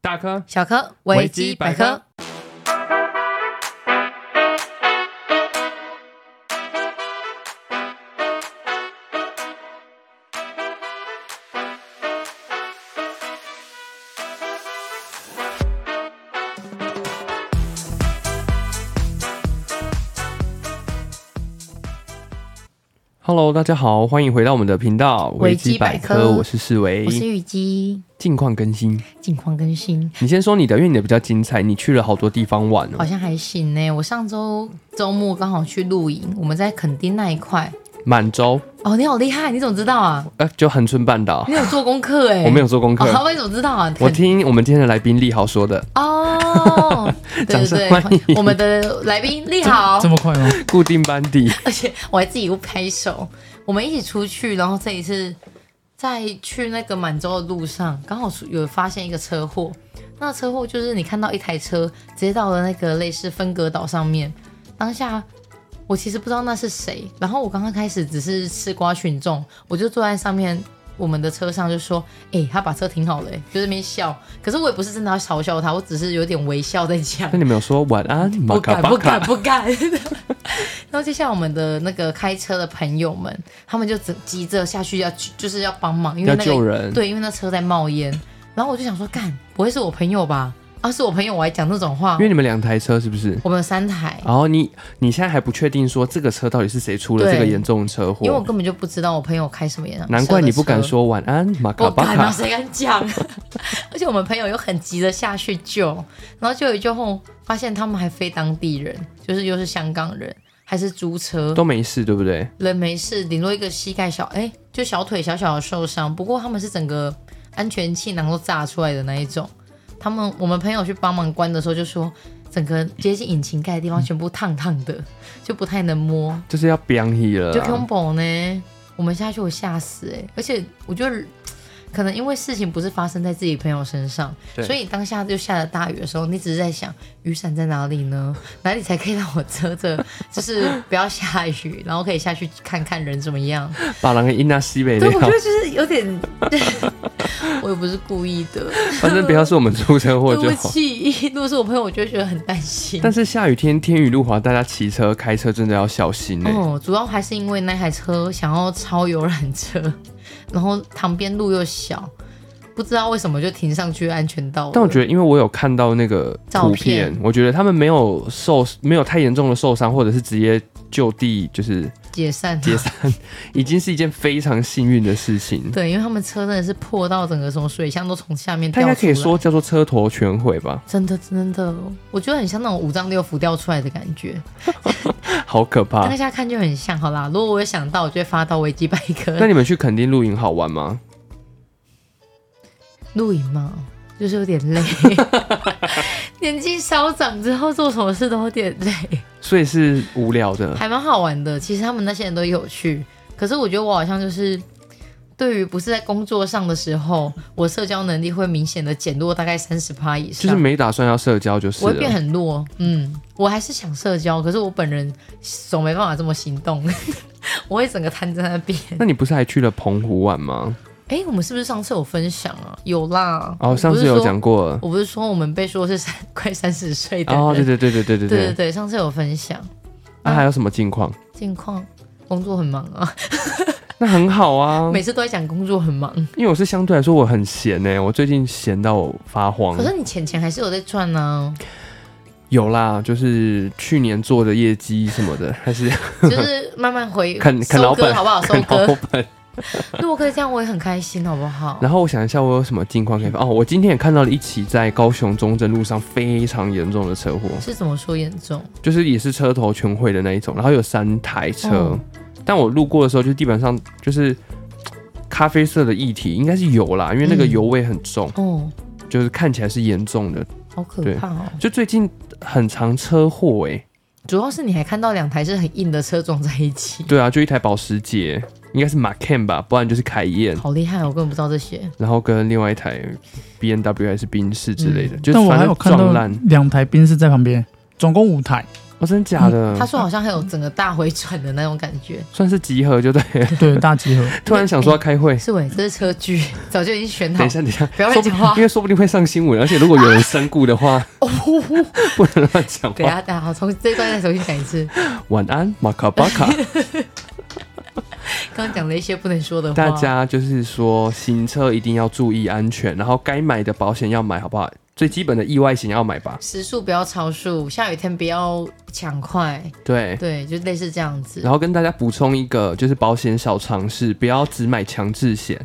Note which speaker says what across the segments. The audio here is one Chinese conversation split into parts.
Speaker 1: 大科
Speaker 2: 小柯
Speaker 1: 维基百科。Hello，大家好，欢迎回到我们的频道
Speaker 2: 维基百科
Speaker 1: 我是世维
Speaker 2: 我，是雨姬，
Speaker 1: 近况更新。
Speaker 2: 近况更新
Speaker 1: 你先说你的，因为你的比较精彩，你去了好多地方玩
Speaker 2: 好
Speaker 1: 哦，
Speaker 2: 像还行呢、我上周周末刚好去露营，我们在垦丁那一块。
Speaker 1: 满洲，
Speaker 2: 哦，你好厉害，你怎么知 道啊？
Speaker 1: 呃，就恒春半岛
Speaker 2: 你，有做功课哎、
Speaker 1: 我没有做功课。
Speaker 2: 哦，你怎么知道啊？
Speaker 1: 我
Speaker 2: 垦
Speaker 1: 听我们今天的来宾立豪说的，
Speaker 2: 哦， 对
Speaker 1: 掌
Speaker 2: 对
Speaker 1: 声
Speaker 2: 对，
Speaker 1: 欢迎
Speaker 2: 我们的来宾立豪
Speaker 3: 这，么快吗？
Speaker 1: 固定班底，
Speaker 2: 而且我还自己拍手。我们一起出去，然后这一次在去那个满洲的路上，刚好有发现一个车祸。那车祸就是你看到一台车直接到了那个类似分隔岛上面，当下我其实不知道那是谁，然后我刚刚开始只是吃瓜群众，我就坐在上面。我们的车上就说：“哎、他把车停好了、欸，就在那边笑。可是我也不是真的要嘲笑他，我只是有点微笑在讲。
Speaker 1: 那你们有说晚安，马
Speaker 2: 不
Speaker 1: 卡
Speaker 2: 敢
Speaker 1: 巴
Speaker 2: 不敢
Speaker 1: 卡，
Speaker 2: 不敢。 然后接下来我们的那个开车的朋友们，他们就只急着下去要去就是要帮忙，因为
Speaker 1: 要
Speaker 2: 那个
Speaker 1: 救人
Speaker 2: 对，因为那车在冒烟。然后我就想说，干不会是我朋友吧？啊，是我朋友，我还讲这种话
Speaker 1: 因。为你们两台车是不是？
Speaker 2: 我们有三台，
Speaker 1: 然后你你现在还不确定说这个车到底是谁出了
Speaker 2: 对
Speaker 1: 这个严重车
Speaker 2: 因为我
Speaker 1: 祸，
Speaker 2: 根本就不知道我朋友开什么烟啊。
Speaker 1: 难怪你不
Speaker 2: 车
Speaker 1: 敢
Speaker 2: 的车
Speaker 1: 说晚安，马卡
Speaker 2: 不
Speaker 1: 巴
Speaker 2: 敢啊，
Speaker 1: 卡。
Speaker 2: 谁敢讲？ 而且我们朋友又很急着下去救，然后救一救后，发现他们还非当地人，就是又是香港人，还是租车，
Speaker 1: 都没事，对不对？
Speaker 2: 人没事，顶多一个膝盖小，哎、就小腿小小的受伤。不过他们是整个安全气囊都炸出来的那一种。他们我们朋友去帮忙关的时候就说，整个接近引擎盖的地方全部烫烫的，就不太能摸，
Speaker 1: 就是要 b i a n g 了啊
Speaker 2: 就
Speaker 1: 啦，
Speaker 2: combo 呢。我们下去我吓死哎、而且我觉得可能因为事情不是发生在自己朋友身上，
Speaker 1: 对
Speaker 2: 所以当下就下了大雨的时候，你只是在想雨伞在哪里呢？ 哪里才可以让我遮着，就是不要下雨，然后可以下去看看人怎么样。
Speaker 1: 把人给印那西北
Speaker 2: 对，
Speaker 1: 那
Speaker 2: 我觉
Speaker 1: 样
Speaker 2: 得。就是有点， 我也不是故意的，
Speaker 1: 反正不要是我们出车祸
Speaker 2: 对
Speaker 1: 就
Speaker 2: 不
Speaker 1: 好。
Speaker 2: 起。如果是我朋友，我就会觉得很担心。
Speaker 1: 但是下雨天天雨路滑，大家骑车开车真的要小心欸呢、
Speaker 2: 哦，主要还是因为那台车想要超游览车，然后旁边路又小，不知道为什么就停上去安全道了。
Speaker 1: 但我觉得，因为我有看到那个
Speaker 2: 照
Speaker 1: 图
Speaker 2: 片
Speaker 1: 片，我觉得他们没有受没有太严重的受伤，或者是直接就地就是
Speaker 2: 解散
Speaker 1: 解散，已经是一件非常幸运的事情。
Speaker 2: 对，因为他们车真的是破到整个什么水箱都从下面
Speaker 1: 他
Speaker 2: 掉
Speaker 1: 应
Speaker 2: 出
Speaker 1: 该
Speaker 2: 来，
Speaker 1: 可以说叫做车头全毁吧，
Speaker 2: 真的真的，我觉得很像那种五脏六腑掉出来的感觉。
Speaker 1: 好可怕
Speaker 2: 当。下看就很像，好啦。如果我有想到，我就会发到维基百
Speaker 1: 那
Speaker 2: 科。
Speaker 1: 你们去垦丁露营好玩吗？
Speaker 2: 露营嘛，就是有点 累，年纪稍长之后做什么事都有点累，
Speaker 1: 所以是无聊的，
Speaker 2: 还蛮好玩的。其实他们那些人都有趣，可是我觉得我好像就是。对于不是在工作上的时候，我社交能力会明显的减弱大概三十趴以上，
Speaker 1: 就是没打算要社交就是
Speaker 2: 啊我会变
Speaker 1: 了。
Speaker 2: 很弱，嗯，我还是想社交，可是我本人总没办法这么行动， 我会整个瘫在那边。
Speaker 1: 那你不是还去了澎湖玩吗？
Speaker 2: 哎、我们是不是上次有分享啊？有啦，
Speaker 1: 哦，上
Speaker 2: 我不
Speaker 1: 次
Speaker 2: 是
Speaker 1: 有
Speaker 2: 说
Speaker 1: 讲过了。
Speaker 2: 我不是说我们被说是三 快三十岁的人，
Speaker 1: 哦，对对对对对对
Speaker 2: 对对
Speaker 1: 对。
Speaker 2: 嗯对上次有分享
Speaker 1: 那、还有什么近况？
Speaker 2: 近况，工作很忙啊，
Speaker 1: 那很好 啊，
Speaker 2: 每次都在讲工作很忙，
Speaker 1: 因为我是相对来说我很闲呢、我最近闲到我发慌
Speaker 2: 可。是你钱钱还是有在赚呢、
Speaker 1: 有啦，就是去年做的业绩什么的， 还是
Speaker 2: 就是慢慢回
Speaker 1: 看看
Speaker 2: 收
Speaker 1: 老
Speaker 2: 割
Speaker 1: 板
Speaker 2: 好不好？收
Speaker 1: 看
Speaker 2: 割，
Speaker 1: 老板。
Speaker 2: 如果可以这样，我也很开心，好不好？
Speaker 1: 然后我想一下，我有什么近况
Speaker 2: 嗯
Speaker 1: 可以发？哦，我今天也看到了一起在高雄中正路上非常严重的车祸，
Speaker 2: 是怎么说严重？
Speaker 1: 就是也是车头全毁的那一种，然后有三台车，
Speaker 2: 哦
Speaker 1: 但我路过的时候，就地板上就是嘖咖啡色的液体，应该是油啦，因为那个
Speaker 2: 嗯
Speaker 1: 油味很重，
Speaker 2: 哦，
Speaker 1: 就是看起来是严重的。
Speaker 2: 好可
Speaker 1: 对
Speaker 2: 怕哦。
Speaker 1: 就最近很常车祸诶、欸
Speaker 2: 主要是你还看到两台是很硬的车撞在一起，
Speaker 1: 对啊，就一台保时捷，应该是 Macan 吧，不然就是凯宴，
Speaker 2: 好厉害！哦我根本不知道这些。
Speaker 1: 然后跟另外一台 B N W 还是宾士之类的，就
Speaker 3: 但
Speaker 1: 是
Speaker 3: 我
Speaker 1: 反
Speaker 3: 还有
Speaker 1: 正
Speaker 3: 看到
Speaker 1: 撞烂。
Speaker 3: 两台宾士在旁边，总共五台。
Speaker 1: 哦哦，真假的？
Speaker 2: 嗯他说好像还有整个大回转的那种感觉。
Speaker 1: 算是集合就对了。
Speaker 3: 对，大集合。
Speaker 1: 突然想说要开会，
Speaker 2: 是伟，这是车距， 早就已经选好
Speaker 1: 等一。下，等一下，
Speaker 2: 哎不要乱讲
Speaker 1: 说
Speaker 2: 话
Speaker 1: 不因 为说不定会上新闻，而且如果有人身故的话， 不能乱讲
Speaker 2: 等一
Speaker 1: 话。
Speaker 2: 下，等一下，好，从这一段再重新讲一次。
Speaker 1: 晚安，马卡巴卡。
Speaker 2: 刚刚讲了一些不能说的话。
Speaker 1: 大家就是说，行车一定要注意安全，然后该买的保险要买，好不好？最基本的意外险要买吧。
Speaker 2: 时速不要超速，下雨天不要抢快，
Speaker 1: 对。
Speaker 2: 对，就类似这样子
Speaker 1: 然。后跟大家补充一个，就是保险小常识，不要只买强制险，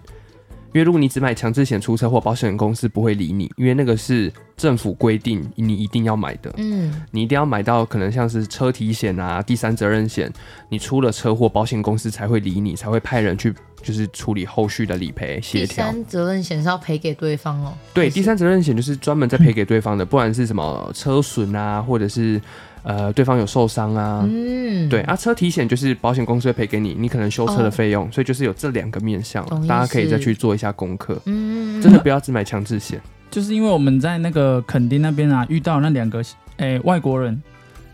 Speaker 1: 因为如果你只买强制险出车祸，保险公司不会理你，因为那个是政府规定你一定要买的，
Speaker 2: 嗯，
Speaker 1: 你一定要买到可能像是车体险啊、第三责任险，你出了车祸，保险公司才会理你，才会派人去就是处理后续的理赔协
Speaker 2: 第
Speaker 1: 调。
Speaker 2: 三责任险是要赔给对方哦。
Speaker 1: 对，
Speaker 2: 就是
Speaker 1: 第三责任险就是专门在赔给对方的，不管是什么车损啊，或者是呃对方有受伤啊，
Speaker 2: 嗯，
Speaker 1: 对，啊，车体险就是保险公司会赔给你，你可能修车的
Speaker 2: 哦
Speaker 1: 费用，所以就是有这两个面向
Speaker 2: 懂，意
Speaker 1: 大家可以再
Speaker 2: 思
Speaker 1: 去做一下功课。
Speaker 2: 嗯，嗯，
Speaker 1: 真的不要只买强制险，
Speaker 3: 就是因为我们在那个垦丁那边啊，遇到那两个诶、外国人，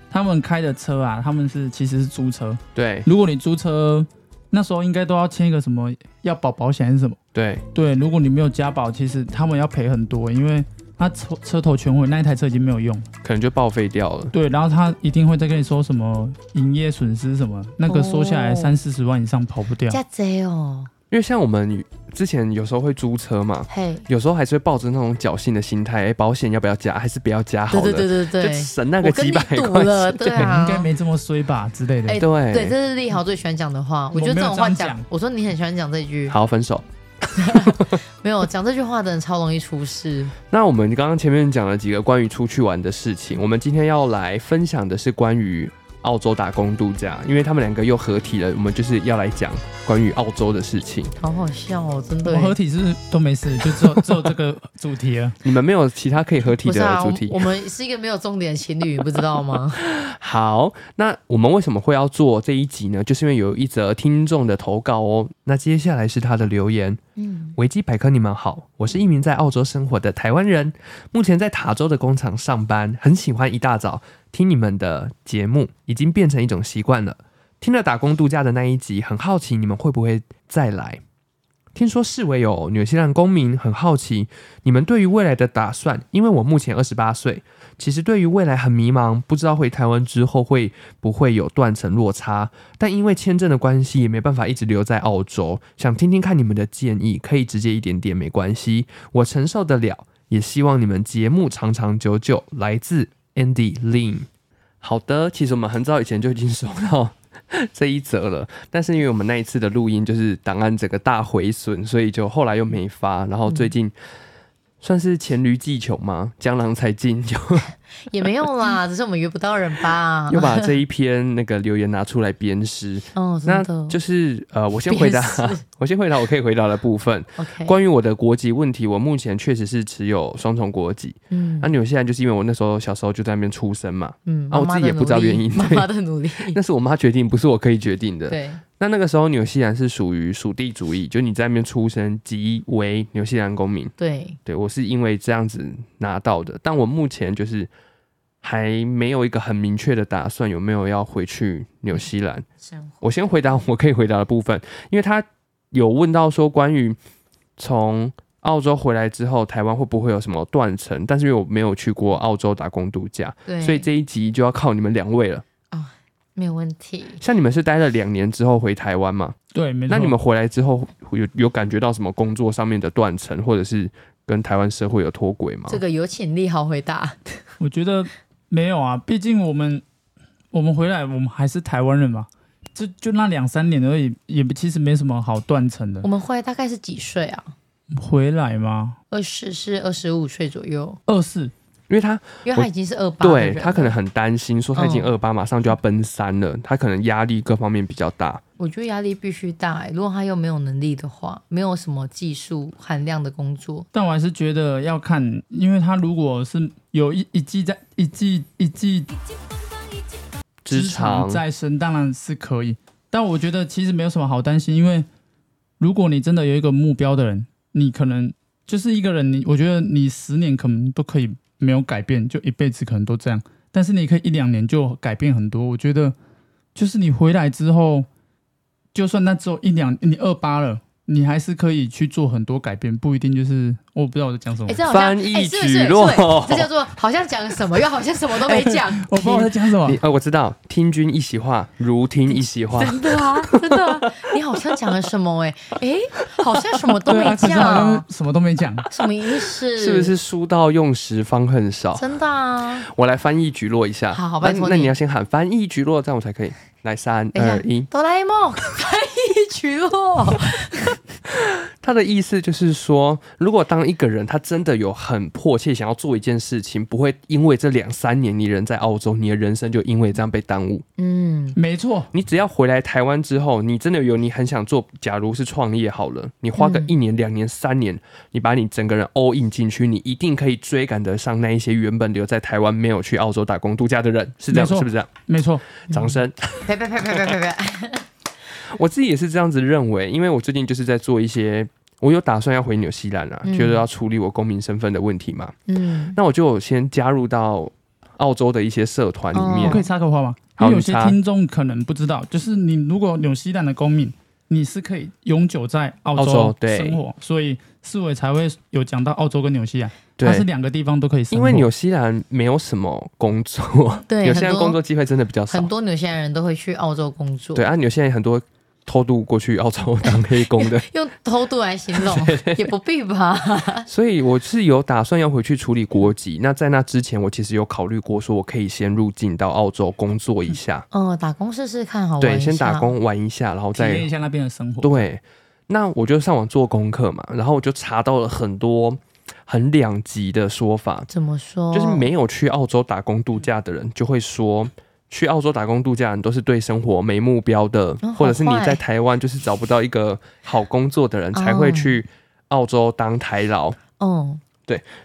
Speaker 3: 他们开的车啊，他们是其实是租车。
Speaker 1: 对
Speaker 3: 如果你租车，那时候应该都要签一个什么要保保险还是什么？
Speaker 1: 对，
Speaker 3: 对，如果你没有加保，其实他们要赔很多，因为他车车头全毁，那一台车已经没有用。
Speaker 1: 可能就报废掉了。
Speaker 3: 对，然后他一定会再跟你说什么营业损失什么，那个说下来
Speaker 2: 哦
Speaker 3: 三四十万以上跑不掉。
Speaker 2: 加贼哦，
Speaker 1: 因为像我们之前有时候会租车嘛，
Speaker 2: 嘿，
Speaker 1: 有时候还是会抱着那种侥幸的心态，哎、保险要不要加，还是不要加好
Speaker 2: 对
Speaker 1: 了，
Speaker 2: 对对对
Speaker 1: 就
Speaker 2: 对，
Speaker 1: 省那
Speaker 2: 我
Speaker 1: 个
Speaker 2: 跟
Speaker 1: 几
Speaker 2: 你
Speaker 1: 百
Speaker 2: 赌
Speaker 1: 块
Speaker 2: 了，
Speaker 1: 钱。
Speaker 2: 对啊，
Speaker 3: 应该没这么衰吧之类的。
Speaker 2: 哎
Speaker 1: 对
Speaker 2: 对，这是立豪最喜欢讲的话。我觉得这种话
Speaker 3: 我没有这
Speaker 2: 讲
Speaker 3: 样讲，
Speaker 2: 我说你很喜欢讲这句，
Speaker 1: 好，分手。
Speaker 2: 没有讲这句话的人超容易出事。
Speaker 1: 那我们刚刚前面讲了几个关于出去玩的事情，我们今天要来分享的是关于澳洲打工度假，因为他们两个又合体了，我们就是要来讲关于澳洲的事情。
Speaker 2: 好好笑哦，真的
Speaker 3: 我。合体是不是都没事，就只有只有这个主题 了。
Speaker 1: 你们没有其他可以合体
Speaker 2: 不是
Speaker 1: 的
Speaker 2: 啊，
Speaker 1: 主
Speaker 2: 我
Speaker 1: 题？
Speaker 2: 我们是一个没有重点的情侣，你不知道吗？
Speaker 1: 好，那我们为什么会要做这一集呢？就是因为有一则听众的投稿哦。那接下来是他的留言。
Speaker 2: 嗯，
Speaker 1: 维基百科，你们好，我是一名在澳洲生活的台湾人，目前在塔州的工厂上班，很喜欢一大早听你们的节目，已经变成一种习惯了。听了打工度假的那一集，很好奇你们会不会再来。听说世维有纽西兰公民，很好奇你们对于未来的打算，因为我目前二十八岁，其实对于未来很迷茫，不知道回台湾之后会不会有断层落差。但因为签证的关系，也没办法一直留在澳洲。想听听看你们的建议，可以直接一点点，没关系，我承受得了。也希望你们节目长长久久。来自 Andy Lin。好的，其实我们很早以前就已经收到这一则了，但是因为我们那一次的录音就是档案整个大毁损，所以就后来又没发。然后最近、算是黔驴技穷吗？江郎才尽，就。
Speaker 2: 也没有啦，只是我们约不到人吧
Speaker 1: 又把这一篇那个留言拿出来鞭尸。
Speaker 2: 哦，
Speaker 1: 那
Speaker 2: 真的
Speaker 1: 就是呃，我先回答
Speaker 2: 别哎死，
Speaker 1: 我先回答我可以回答的部分。
Speaker 2: ，OK，
Speaker 1: 关于我的国籍问题，我目前确实是持有双重国籍。
Speaker 2: 嗯
Speaker 1: 那纽西兰就是因为我那时候小时候就在那边出生嘛，
Speaker 2: 嗯，
Speaker 1: 啊啊我
Speaker 2: 妈妈
Speaker 1: 自己也
Speaker 2: 的
Speaker 1: 不知道
Speaker 2: 努力
Speaker 1: 原因
Speaker 2: 妈妈的努力，
Speaker 1: 那是我妈决定，不是我可以决定的。
Speaker 2: 对，
Speaker 1: 那那个时候纽西兰是属于属地主义，就你在那边出生即为纽西兰公民。
Speaker 2: 对，
Speaker 1: 对我是因为这样子拿到的，但我目前就是还没有一个很明确的打算，有没有要回去纽西兰。
Speaker 2: 生活
Speaker 1: 我先回答我可以回答的部分，因为他有问到说关于从澳洲回来之后，台湾会不会有什么断层？但是因为我没有去过澳洲打工度假，
Speaker 2: 对，
Speaker 1: 所以这一集就要靠你们两位了。
Speaker 2: 没有问题。
Speaker 1: 像你们是待了两年之后回台湾嘛？
Speaker 3: 对，没错。
Speaker 1: 那你们回来之后有有感觉到什么工作上面的断层，或者是跟台湾社会有脱轨吗？
Speaker 2: 这个有请立豪回答。
Speaker 3: 我觉得没有啊，毕竟我们我们回来，我们还是台湾人嘛，就就那两三年而已，也其实没什么好断层的
Speaker 2: 我。们回来大概是几岁啊？
Speaker 3: 回来吗？
Speaker 2: 二十是二十五岁左右，
Speaker 3: 二四，
Speaker 1: 因为他
Speaker 2: 因为他已经是二八，
Speaker 1: 对他可能，很担心，说他已经
Speaker 2: 嗯
Speaker 1: 二八，马上就要奔三了，他可能压力各方面比较大。
Speaker 2: 我觉得压力必须大、欸。如果他又没有能力的话，没有什么技术含量的工作，
Speaker 3: 但我还是觉得要看，因为他如果是有一一季在一季一季
Speaker 1: 职场
Speaker 3: 再生，当然是可以。但我觉得其实没有什么好担心，因为如果你真的有一个目标的人，你可能就是一个人，你我觉得你十年可能都可以没有改变，就一辈子可能都这样。但是你可以一两年就改变很多。我觉得，就是你回来之后，就算那只有一两，你二八了，你还是可以去做很多改变，不一定就是我不知道我在讲什么
Speaker 2: 哎、。这好像
Speaker 1: 翻
Speaker 2: 哎
Speaker 1: 译
Speaker 2: 是不是
Speaker 1: 举弱
Speaker 2: 是不是这叫做好像讲什么，又好像什么都没讲。
Speaker 3: 我不知道我在讲什么
Speaker 1: 你，呃，我知道，听君一席话，如听一席话。
Speaker 2: 真的啊，真的啊，你好像讲了什么、哎、哎，好像什么都
Speaker 3: 对
Speaker 2: 没
Speaker 3: 啊，可是好
Speaker 2: 讲
Speaker 3: 像，什么都没讲。
Speaker 2: 什么意思？
Speaker 1: 是不是书到用时方恨少？
Speaker 2: 真的啊？
Speaker 1: 我来翻译菊落一下。
Speaker 2: 好好拜
Speaker 1: 那
Speaker 2: 托
Speaker 1: 那
Speaker 2: 你哎
Speaker 1: 你要先喊翻译菊落，这样我才可以。来，三
Speaker 2: 等一下
Speaker 1: 二一。
Speaker 2: 哆啦 A 梦翻译曲落，
Speaker 1: 他的意思就是说，如果当一个人他真的有很迫切想要做一件事情，不会因为这两三年你人在澳洲，你的人生就因为这样被耽误。
Speaker 2: 嗯，
Speaker 3: 没错，
Speaker 1: 你只要回来台湾之后，你真的有你很想做，假如是创业好了，你花个
Speaker 2: 嗯
Speaker 1: 一年、两年、三年，你把你整个人 all in 进去，你一定可以追赶得上那一些原本留在台湾没有去澳洲打工度假的人，是这样
Speaker 3: 没错
Speaker 1: 是不是这样？
Speaker 3: 没错，
Speaker 1: 掌声。
Speaker 2: 呸呸呸呸呸呸呸，
Speaker 1: 我自己也是这样子认为，因为我最近就是在做一些，我有打算要回纽西兰啊，
Speaker 2: 嗯
Speaker 1: 觉得要处理我公民身份的问题嘛，
Speaker 2: 嗯，
Speaker 1: 那我就有先加入到澳洲的一些社团里面。
Speaker 3: 哦我可以插个话吗？
Speaker 1: 好
Speaker 3: 因为有些
Speaker 1: 你插
Speaker 3: 听众可能不知道，就是你如果纽西兰的公民，你是可以永久在澳
Speaker 1: 澳洲对
Speaker 3: 生活，所以四伟才会有讲到澳洲跟纽西兰，它是
Speaker 1: 对，
Speaker 3: 两个地方都可以生
Speaker 1: 因
Speaker 3: 活。
Speaker 1: 为纽西兰没有什么工作，
Speaker 2: 对，
Speaker 1: 纽西
Speaker 2: 很
Speaker 1: 兰
Speaker 2: 多
Speaker 1: 工作机会真的比较少
Speaker 2: 很。多纽西兰人都会去澳洲工作，
Speaker 1: 对啊，纽西兰很多偷渡过去澳洲当黑工 的，
Speaker 2: 用偷渡来形 容也不必吧？
Speaker 1: 所以我是有打算要回去处理国籍。那在那之前，我其实有考虑过，说我可以先入境到澳洲工作一下，
Speaker 2: 嗯，打工试试看好，
Speaker 1: 对，先打，工玩一下，然后
Speaker 3: 体验
Speaker 1: 再
Speaker 3: 一下那边的生活，
Speaker 1: 对，那我就上网做功课嘛，然后我就查到了很多很两极的说法，
Speaker 2: 怎么说？
Speaker 1: 就是没有去澳洲打工度假的人就会说。去澳洲打工度假的人都是对生活没目标的，
Speaker 2: 嗯
Speaker 1: 或者是你
Speaker 2: 好坏
Speaker 1: 在台湾就是找不到一个好工作的人才会
Speaker 2: 哦
Speaker 1: 去澳洲当台劳。
Speaker 2: 嗯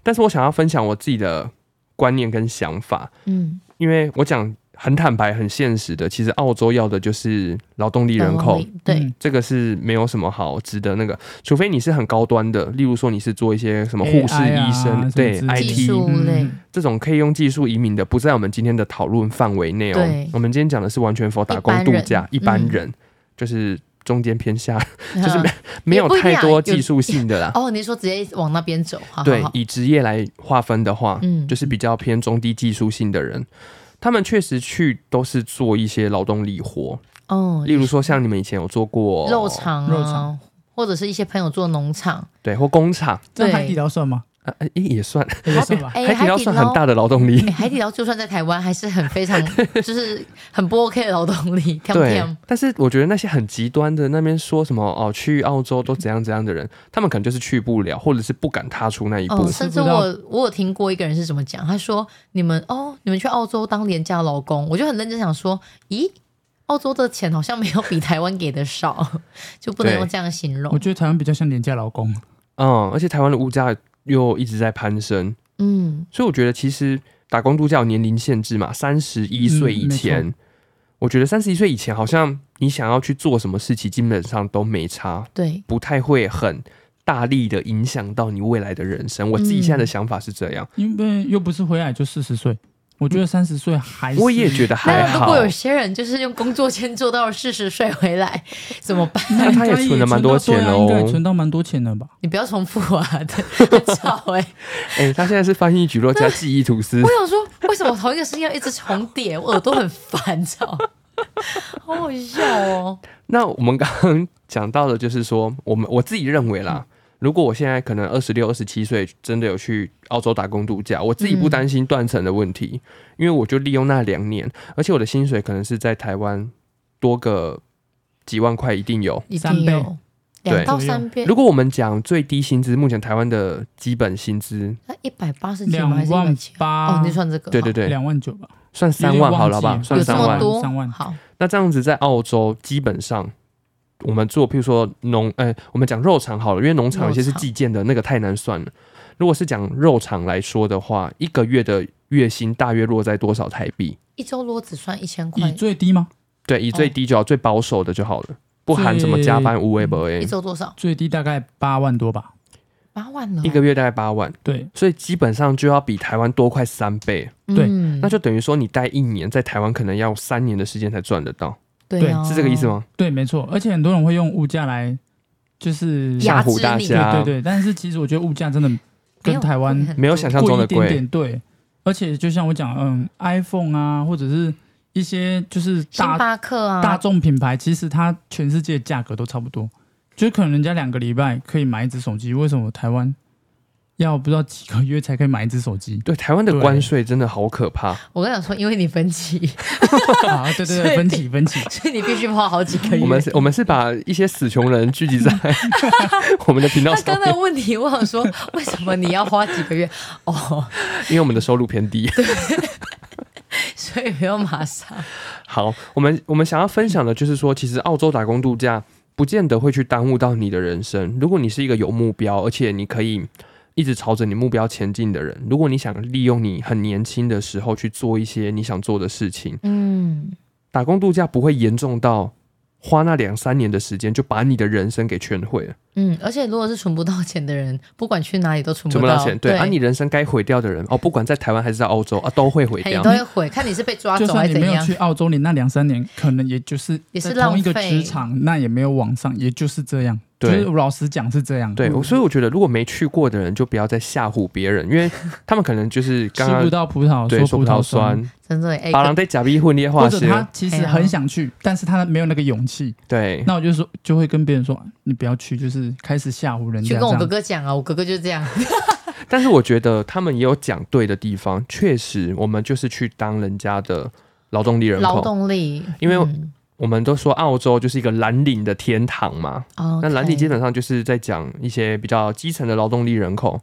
Speaker 1: 但是我想要分享我自己的观念跟想法，
Speaker 2: 嗯，
Speaker 1: 因为我讲很坦白、很现实的，其实澳洲要的就是劳动力人口，
Speaker 2: 对
Speaker 3: 嗯，
Speaker 1: 这个是没有什么好值得那个，除非你是很高端的，例如说你是做一些什么护士、
Speaker 3: AI 啊
Speaker 1: 医生，对
Speaker 3: 什么之类的
Speaker 2: 技
Speaker 1: IT
Speaker 2: 术类
Speaker 3: 嗯
Speaker 1: 这种可以用技术移民的，不在我们今天的讨论范围内哦
Speaker 2: 对。
Speaker 1: 我们今天讲的是完全否打工度假，一
Speaker 2: 一
Speaker 1: 般
Speaker 2: 般人
Speaker 1: 人嗯就是中间偏下，
Speaker 2: 就是
Speaker 1: 嗯没没有
Speaker 2: 不一定
Speaker 1: 太
Speaker 2: 啊
Speaker 1: 多
Speaker 2: 有
Speaker 1: 技术性的啦。
Speaker 2: 哦，你说直接往那边走，好
Speaker 1: 对
Speaker 2: 好，好
Speaker 1: 以职业来划分的话，
Speaker 2: 嗯
Speaker 1: 就是比较偏中低技术性的人。他们确实去都是做一些劳动力活，
Speaker 2: 哦，
Speaker 1: 例如说像你们以前有做过
Speaker 2: 肉，场
Speaker 3: 肉
Speaker 2: 啊
Speaker 3: 场，
Speaker 2: 或者是一些朋友做农场，
Speaker 1: 对，或工厂，
Speaker 3: 这
Speaker 2: 对
Speaker 3: 海底捞 算吗？
Speaker 1: 啊，哎也算，
Speaker 3: 也算吧。
Speaker 2: 哎，
Speaker 1: 海底捞算很
Speaker 2: 海
Speaker 1: 大的劳动力
Speaker 2: 底。捞。哎海底捞就算在台湾还是很非 常，就是很不 OK 的劳动力，跳
Speaker 1: 对
Speaker 2: 跳，
Speaker 1: 但是我觉得那些很极端的那边说什么哦，去澳洲都怎样怎样的人，他们可能就是去不了，或者是不敢踏出那一步。
Speaker 2: 哦，甚至
Speaker 3: 吃不到
Speaker 2: 我我有听过一个人是怎么讲，他说你们哦，你们去澳洲当廉价劳工，我就很认真想说，咦，澳洲的钱好像没有比台湾给的少， 就不能
Speaker 1: 对
Speaker 2: 用这样形
Speaker 3: 我
Speaker 2: 容。
Speaker 3: 觉得台湾比较像廉价劳工，
Speaker 1: 嗯，而且台湾的物价又一直在攀升，
Speaker 2: 嗯，
Speaker 1: 所以我觉得其实打工度假有年龄限制嘛，三十一岁以前，
Speaker 3: 嗯
Speaker 1: 我觉得三十一岁以前好像你想要去做什么事情，基本上都没差，
Speaker 2: 对，
Speaker 1: 不太会很大力的影响到你未来的人生。我自己现在的
Speaker 2: 嗯
Speaker 1: 想法是这样，
Speaker 3: 因为又不是回来就四十岁，我觉得三十岁还
Speaker 1: 嗯
Speaker 3: 是
Speaker 1: 我也觉得还
Speaker 2: 那如
Speaker 1: 好。
Speaker 2: 果有些人就是用工作签做到了四十岁回来怎么办？
Speaker 1: 那他也
Speaker 3: 应该
Speaker 1: 存了蛮多钱
Speaker 3: 对啊
Speaker 1: 哦
Speaker 3: 应该也存到蛮多钱了吧？
Speaker 2: 你不要重复啊， 很吵哎、
Speaker 1: 哎、他现在是翻译举落加记忆吐司
Speaker 2: 我。想说，为什么同一个声音要一直重叠？我耳朵很烦躁， 好好笑哦。
Speaker 1: 那我们刚刚讲到的，就是说，我们我自己认为
Speaker 3: 嗯
Speaker 1: 啦，如果我现在可能二十六、二十七岁，真的有去澳洲打工度假，我自己不
Speaker 3: 嗯
Speaker 1: 担心断层的问题，因为我就利用那两年，而且我的薪水可能是在台湾多个几万块，一定有。
Speaker 2: 一
Speaker 3: 三
Speaker 2: 定
Speaker 3: 倍
Speaker 2: 有两
Speaker 1: 对
Speaker 2: 到三倍，
Speaker 1: 如果我们讲最低薪资，目前台湾的基本薪资，
Speaker 2: 那一百八十几
Speaker 3: 两
Speaker 2: 吗？还是一百
Speaker 3: 万
Speaker 2: 七？
Speaker 3: 八，
Speaker 2: 哦，你算这个？
Speaker 1: 对对
Speaker 2: 好，
Speaker 1: 对，
Speaker 3: 两万九吧？
Speaker 1: 算三万好了好
Speaker 3: 有点忘记
Speaker 1: 吧算
Speaker 3: 了，
Speaker 2: 有这
Speaker 1: 三
Speaker 2: 么
Speaker 1: 万。
Speaker 2: 多？
Speaker 3: 三万
Speaker 2: 好，
Speaker 1: 那这样子在澳洲，基本上我们做，譬如说农，呃，我们讲肉场好了，因为农场有些是
Speaker 2: 肉场
Speaker 1: 计件的，那个太难算了。如果是讲肉场来说的话，一个月的月薪大约落在多少台币？
Speaker 2: 一周如果只算一千
Speaker 3: 以
Speaker 2: 块，
Speaker 3: 最低吗？
Speaker 1: 对，以最低就好，最嗯保
Speaker 2: 嗯
Speaker 1: 守的就好了，不含什么加班、无为不为
Speaker 2: 一。周多少？
Speaker 3: 最低大概八万多吧，
Speaker 2: 八万了哦，
Speaker 1: 一个月大概八万，
Speaker 3: 对，
Speaker 1: 所以基本上就要比台湾多快三倍，
Speaker 3: 对
Speaker 2: 嗯
Speaker 1: 那就等于说你待一年在台湾可能要三年的时间才赚得到，
Speaker 2: 对啊，
Speaker 1: 是这个意思？吗？
Speaker 3: 对，没错。而且很多人会用物价来，就是
Speaker 2: 压
Speaker 1: 吓唬
Speaker 2: 制
Speaker 1: 大
Speaker 2: 力
Speaker 1: 家，
Speaker 3: 对对对，但是其实我觉得物价真的跟台湾
Speaker 1: 没有想象中
Speaker 3: 贵
Speaker 1: 的
Speaker 3: 一点
Speaker 1: 贵，？
Speaker 3: 点，对。而且就像我讲，嗯，iPhone 啊，或者是一些就是
Speaker 2: 星
Speaker 3: 大
Speaker 2: 巴克啊，
Speaker 3: 大众品牌，其实它全世界价格都差不多，就可能人家两个礼拜可以买一只手机，为什么台湾要不知道几个月才可以买一只手机
Speaker 1: 对，台湾的关税真的好可怕，
Speaker 2: 我跟你讲说，因为你分期，
Speaker 3: 啊，对对
Speaker 2: 所以
Speaker 3: 对，分期分期，
Speaker 2: 所以你必须花好几个月。
Speaker 1: 我们是，我们是把一些死穷人聚集 在我们的频道
Speaker 2: 那
Speaker 1: 上
Speaker 2: 刚
Speaker 1: 面
Speaker 2: 才，问题，我想说，为什么你要花几个月？哦，
Speaker 1: 因为我们的收入偏低。
Speaker 2: 所以不用马上。
Speaker 1: 好，我们我们想要分享的就是说，其实澳洲打工度假不见得会去耽误到你的人生。如果你是一个有目标，而且你可以一直朝着你目标前进的人，如果你想利用你很年轻的时候去做一些你想做的事情，
Speaker 2: 嗯，
Speaker 1: 打工度假不会严重到花那两三年的时间就把你的人生给全毁了，
Speaker 2: 嗯，而且如果是存不到钱的人，不管去哪里都存
Speaker 1: 存不
Speaker 2: 不
Speaker 1: 到钱。对，
Speaker 2: 对，
Speaker 1: 而、你人生该毁掉的人哦，不管在台湾还是在澳洲啊，都会毁
Speaker 2: 嘿
Speaker 1: 掉
Speaker 2: 你都。会悔，看你是被抓
Speaker 3: 就
Speaker 2: 啊走还
Speaker 3: 算
Speaker 2: 是
Speaker 3: 你
Speaker 2: 怎
Speaker 3: 没有
Speaker 2: 样
Speaker 3: 去。澳洲，你那两三年可能也就是
Speaker 2: 也是
Speaker 3: 在同一个
Speaker 2: 浪费
Speaker 3: 职场，那也没有往上，也就是这样。
Speaker 1: 对
Speaker 3: 就是老实讲是这样。
Speaker 1: 对，
Speaker 3: 嗯
Speaker 1: 所以我觉得如果没去过的人，就不要再吓唬别人，因 为他们可能就是刚
Speaker 3: 吃
Speaker 1: 刚
Speaker 3: 不到葡萄
Speaker 1: 对说
Speaker 3: 葡
Speaker 1: 葡萄
Speaker 3: 萄
Speaker 1: 酸，，
Speaker 2: 真的哎，
Speaker 1: 把人在假币混裂
Speaker 3: 或
Speaker 1: 化
Speaker 3: 者他
Speaker 1: 些，
Speaker 3: 其实很想去，但是他没有那个勇气。
Speaker 1: 对，
Speaker 3: 那我就说，就会跟别人说，你不要去，就是开始吓唬人
Speaker 2: 去
Speaker 3: 家
Speaker 2: 跟
Speaker 3: 这
Speaker 2: 我哥
Speaker 3: 样。
Speaker 2: 哥讲啊，我哥哥就这样。
Speaker 1: 但是我觉得他们也有讲对的地方，确实我们就是去当人家的劳动力人
Speaker 2: 劳
Speaker 1: 口，
Speaker 2: 动力，
Speaker 1: 因为
Speaker 2: 嗯
Speaker 1: 我们都说澳洲就是一个蓝领的天堂嘛，
Speaker 2: 哦，
Speaker 1: 那蓝领基
Speaker 2: 本
Speaker 1: 本上就是在讲一些比较基层的劳动力人口，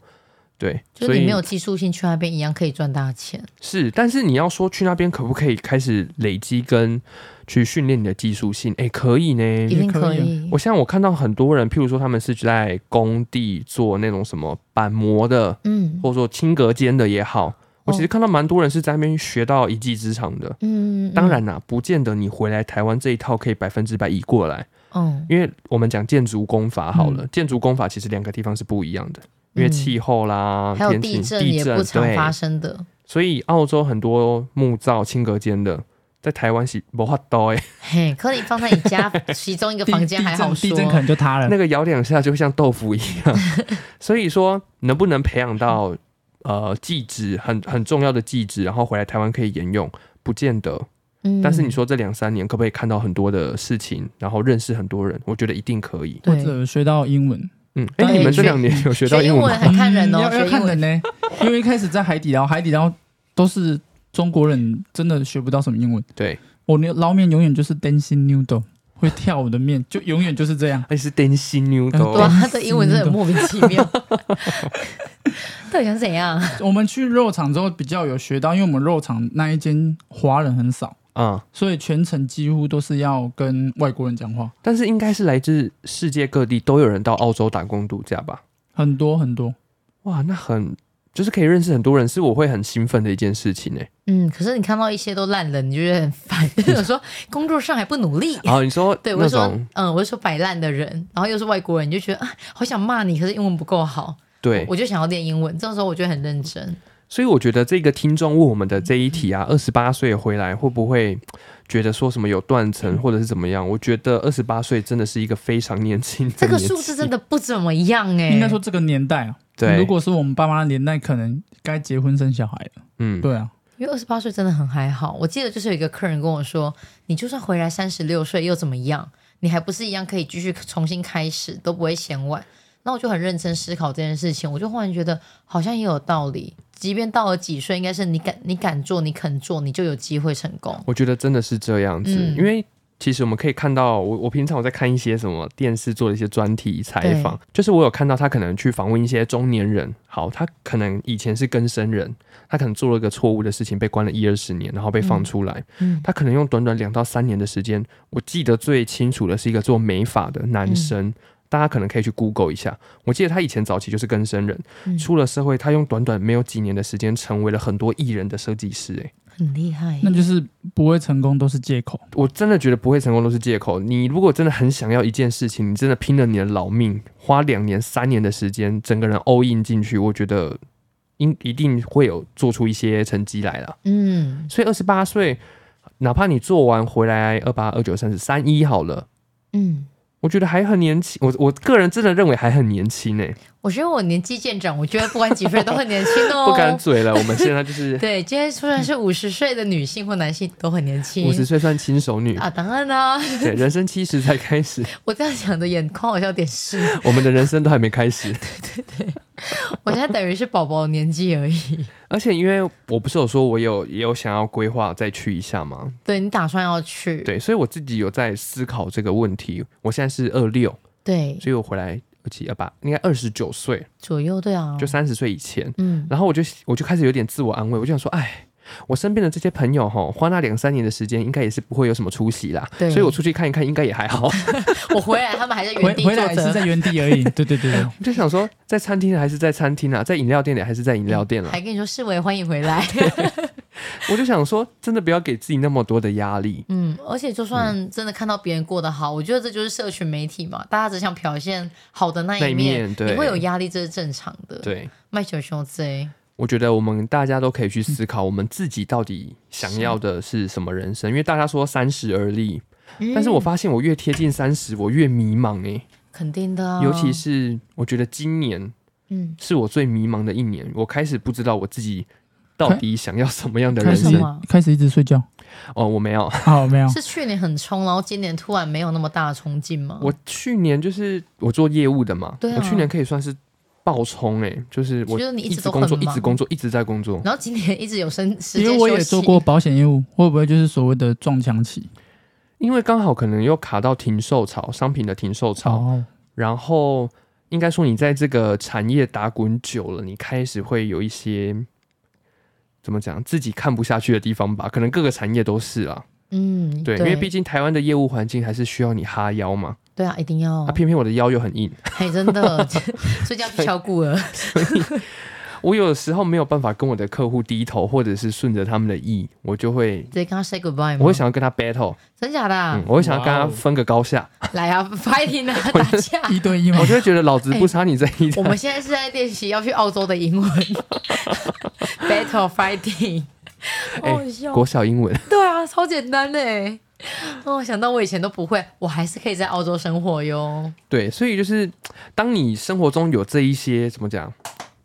Speaker 1: 对，
Speaker 2: 就是
Speaker 1: 所
Speaker 2: 你
Speaker 1: 以
Speaker 2: 没有技术性去那边一样可以赚大钱。
Speaker 1: 是，但是你要说去那边可不可以开始累积跟去训练你的技术性？哎，可以呢
Speaker 2: 一。定
Speaker 3: 可以啊
Speaker 2: 以
Speaker 1: 我。像我看到很多人，譬如说他们是在工地做那种什么板模的，
Speaker 2: 嗯
Speaker 1: 或者说轻隔间的也
Speaker 2: 哦
Speaker 1: 好，我其实看到蛮多人是在那边学到一技之长的。
Speaker 2: 嗯，嗯
Speaker 1: 当，然啦、不见得你回来台湾这一套可以百分之百移过来，
Speaker 2: 嗯，
Speaker 1: 因为我们讲建筑工法好了，
Speaker 3: 嗯
Speaker 1: 建筑工法其实两个地方是不一样的，因为
Speaker 2: 嗯
Speaker 1: 气候啦、
Speaker 2: 还有
Speaker 1: 天气、
Speaker 2: 地震
Speaker 1: 地
Speaker 2: 也不
Speaker 1: 震
Speaker 2: 常
Speaker 1: 对
Speaker 2: 发，生的，
Speaker 1: 所以澳洲很多木造轻隔间的，在台湾是没法刀哎，
Speaker 2: 嘿，可你放在你 家其中一个
Speaker 3: 地
Speaker 2: 房间
Speaker 3: 地
Speaker 2: 还好
Speaker 3: 震
Speaker 2: 说，
Speaker 3: 地震可能就塌了
Speaker 1: 那。个摇两下就会像豆腐一 样。所以说，能不能培养到呃技职很很重要的技职，然后回来台湾可以沿用，不见得。
Speaker 2: 嗯
Speaker 1: 但是你说这两三年可不可以看到很多的事情，然后认识很多人？我觉得一定可以。
Speaker 3: 或
Speaker 2: 对
Speaker 3: 者学到英文，
Speaker 1: 嗯，哎、
Speaker 2: 对
Speaker 1: 你们这
Speaker 2: 学
Speaker 1: 两年有学到
Speaker 2: 学
Speaker 1: 英
Speaker 2: 英
Speaker 1: 文
Speaker 2: 文
Speaker 1: 吗？
Speaker 2: 很看人哦，
Speaker 3: 嗯要要
Speaker 2: 学英
Speaker 3: 看人
Speaker 2: 文
Speaker 3: 呢，因为一开始在海底捞，海底捞都是中国人，真的学不到什么英文。
Speaker 1: 对，
Speaker 3: 我那捞面永远就是 dancing noodle，会跳舞的面，就永远就是这样。
Speaker 1: 哎，是 Dancing New 的
Speaker 2: 对
Speaker 1: 哦、
Speaker 2: 啊，他的英文真的很莫名其妙，到底想怎样？啊
Speaker 3: 我们去肉场之后比较有学到，因为我们肉场那一间华人很少，
Speaker 1: 嗯，
Speaker 3: 所以全程几乎都是要跟外国人讲话，
Speaker 1: 但是应该是来自世界各地都有人到澳洲打工度假吧？
Speaker 3: 很多很多。
Speaker 1: 哇，那很就是可以认识很多人，是我会很兴奋的一件事情 哎、
Speaker 2: 嗯，可是你看到一些都烂人，你就觉得很烦，就想说工作上还不努力。
Speaker 1: 然后你说
Speaker 2: 对，我
Speaker 1: 啊那
Speaker 2: 就说
Speaker 1: 种，
Speaker 2: 嗯，我就说摆烂的人，然后又是外国人，你就觉得啊，好想骂你，可是英文不够好，
Speaker 1: 对，
Speaker 2: 我就想要练英文。这时候我就很认真，
Speaker 1: 所以我觉得这个听众问我们的这一题啊，二十八岁回来会不会觉得说什么有断层
Speaker 2: 嗯
Speaker 1: 或者是怎么样？我觉得二十八岁真的是一个非常年轻的
Speaker 2: 这个
Speaker 1: 年纪
Speaker 2: 数字真的不怎么样哎、
Speaker 3: 应该说这个年代啊，
Speaker 1: 对，
Speaker 3: 如果是我们爸妈的年代，可能该结婚生小孩了。
Speaker 1: 嗯，
Speaker 3: 对啊，
Speaker 2: 因为二十八岁真的很还好。我记得就是有一个客人跟我说，你就算回来三十六岁又怎么样？你还不是一样可以继续重新开始，都不会嫌晚。那我就很认真思考这件事情，我就忽然觉得好像也有道理。即便到了几岁，应该是你敢你敢做，你肯做，你就有机会成功。
Speaker 1: 我觉得真的是这样子，
Speaker 2: 嗯
Speaker 1: 因为其实我们可以看到，我我平常我在看一些什么电视做的一些专题采访，就是我有看到他可能去访问一些中年人，好，他可能以前是更生人，他可能做了个错误的事情，被关了一二十年，然后被放出来，
Speaker 2: 嗯
Speaker 1: 他可能用短短两到三年的时间，我记得最清楚的是一个做美发的男生，大家可能可以去 Google 一下。我记得他以前早期就是更生人，
Speaker 2: 嗯
Speaker 1: 出了社会，他用短短没有几年的时间，成为了很多艺人的设计师、欸。
Speaker 2: 很厉害。
Speaker 3: 那就是不会成功都是借口。
Speaker 1: 我真的觉得不会成功都是借口。你如果真的很想要一件事情，你真的拼了你的老命，花两年、三年的时间，整个人 all in 进去，我觉得应一定会有做出一些成绩来了。
Speaker 2: 嗯
Speaker 1: 所以二十八岁，哪怕你做完回来二八、二九、三十、三一好了，
Speaker 2: 嗯，
Speaker 1: 我觉得还很年轻。我我个人真的认为还很年轻呢、
Speaker 2: 我觉得我年纪渐长，我觉得不管几岁都很年轻哦。
Speaker 1: 不敢嘴了。我们现在就 是
Speaker 2: 对，今天虽然是五十岁的女性或男性都很年轻。
Speaker 1: 五十岁算轻熟女，
Speaker 2: 啊，当然啦、
Speaker 1: 对，人生七十才开 始，
Speaker 2: 我这样讲的眼眶好像有点湿。
Speaker 1: 我们的人生都还没开始。
Speaker 2: 我现在等于是宝宝的年纪而已。
Speaker 1: 而且因为我不是有说我有也有想要规划再去一下吗？
Speaker 2: 对你打算要去？
Speaker 1: 对，所以我自己有在思考这个问题。我现在是二六，
Speaker 2: 对
Speaker 1: 所以我回来二七二八，应该二十九岁，
Speaker 2: 左右对啊，
Speaker 1: 就三十岁以前。
Speaker 2: 嗯
Speaker 1: 然后我就我就开始有点自我安慰，我就想说，哎，我身边的这些朋友哈，花那两三年的时间，应该也是不会有什么出息啦。
Speaker 2: 对
Speaker 1: 所以我出去看一看，应该也还好。
Speaker 2: 我回来，他们还在
Speaker 3: 回
Speaker 2: 原地
Speaker 3: 回
Speaker 2: 坐
Speaker 3: 来是
Speaker 2: 着，
Speaker 3: 在原地 而已。对对对对，
Speaker 1: 我就想说， 在餐厅还是在餐厅啊，在饮料店里还是在饮料店啦、
Speaker 2: 还跟你说世维欢迎回来。
Speaker 1: 我就想说，真的不要给自己那么多的压力。
Speaker 2: 嗯，而且就算真的看到别人过得好，我觉得这就是社群媒体嘛，大家只想表现好的那
Speaker 1: 那
Speaker 2: 一
Speaker 1: 一面对
Speaker 2: 你会有压力，这是正常的。，
Speaker 1: 对，
Speaker 2: 卖酒熊 Z，
Speaker 1: 我觉得我们大家都可以去思考，我们自己到底想要的是什么人生。因为大家说三十而立，但是我发现我越贴近三十，我越迷茫诶、
Speaker 2: 肯定的啊、
Speaker 1: 尤其是我觉得今年
Speaker 2: 嗯，
Speaker 1: 是我最迷茫的一年，我开始不知道我自己到底想要什么样的
Speaker 3: 开
Speaker 1: 人
Speaker 3: 始
Speaker 2: 为
Speaker 1: 生
Speaker 2: 什。么
Speaker 3: 开始一直睡觉。
Speaker 1: 哦，我没有，
Speaker 3: 好，没有。
Speaker 2: 是去年很冲，然后今年突然没有那么大的冲劲吗？
Speaker 1: 我去年就是我做业务的嘛，
Speaker 2: 嗯对啊
Speaker 1: 我去年可以算是爆冲诶、就是我
Speaker 2: 就是你一
Speaker 1: 一
Speaker 2: 直
Speaker 1: 直
Speaker 2: 都
Speaker 1: 工作，
Speaker 2: 很
Speaker 1: 一
Speaker 2: 忙嗯
Speaker 1: 直工作，一直在工作。
Speaker 2: 然后今年一直有生时
Speaker 3: 因
Speaker 2: 间
Speaker 3: 为我也
Speaker 2: 休息
Speaker 3: 做过保险业务，会不会就是所谓的撞墙期？
Speaker 1: 因为刚好可能又卡到停售潮，商品的停售潮，
Speaker 3: 哦，
Speaker 1: 然后应该说你在这个产业打滚久了，你开始会有一些怎么讲自己看不下去的地方吧？可能各个产业都是啊，
Speaker 2: 嗯，
Speaker 1: 对，
Speaker 2: 对，
Speaker 1: 因为毕竟台湾的业务环境还是需要你哈腰嘛，
Speaker 2: 对啊，一定要
Speaker 1: 啊，，偏偏我的腰又很硬，
Speaker 2: 嘿，真的，所以就要去 敲鼓了。
Speaker 1: 我有时候没有办法跟我的客户低头，或者是顺着他们的意，我就会。
Speaker 2: 直接跟他 say goodbye 吗？
Speaker 1: 我会想要跟他 battle，
Speaker 2: 真假的嗯啊
Speaker 1: 嗯，，我会想要跟
Speaker 3: 哇
Speaker 1: 他
Speaker 3: 哦
Speaker 1: 分个高下，
Speaker 2: 来啊，fighting 啊，打架。
Speaker 3: 一对一吗
Speaker 1: 我？
Speaker 2: 哦
Speaker 1: 就会觉得老子不差你这一
Speaker 2: 哎我
Speaker 1: 点。
Speaker 2: 们现在是在练习要去澳洲的 英文，battle fighting，
Speaker 1: 哎
Speaker 2: 好笑。
Speaker 1: 国小英文，
Speaker 2: 对啊，超简单嘞。哦，想到我以前都不会，我还是可以在澳洲生活哟。
Speaker 1: 对，所以就是当你生活中有这一些怎么讲，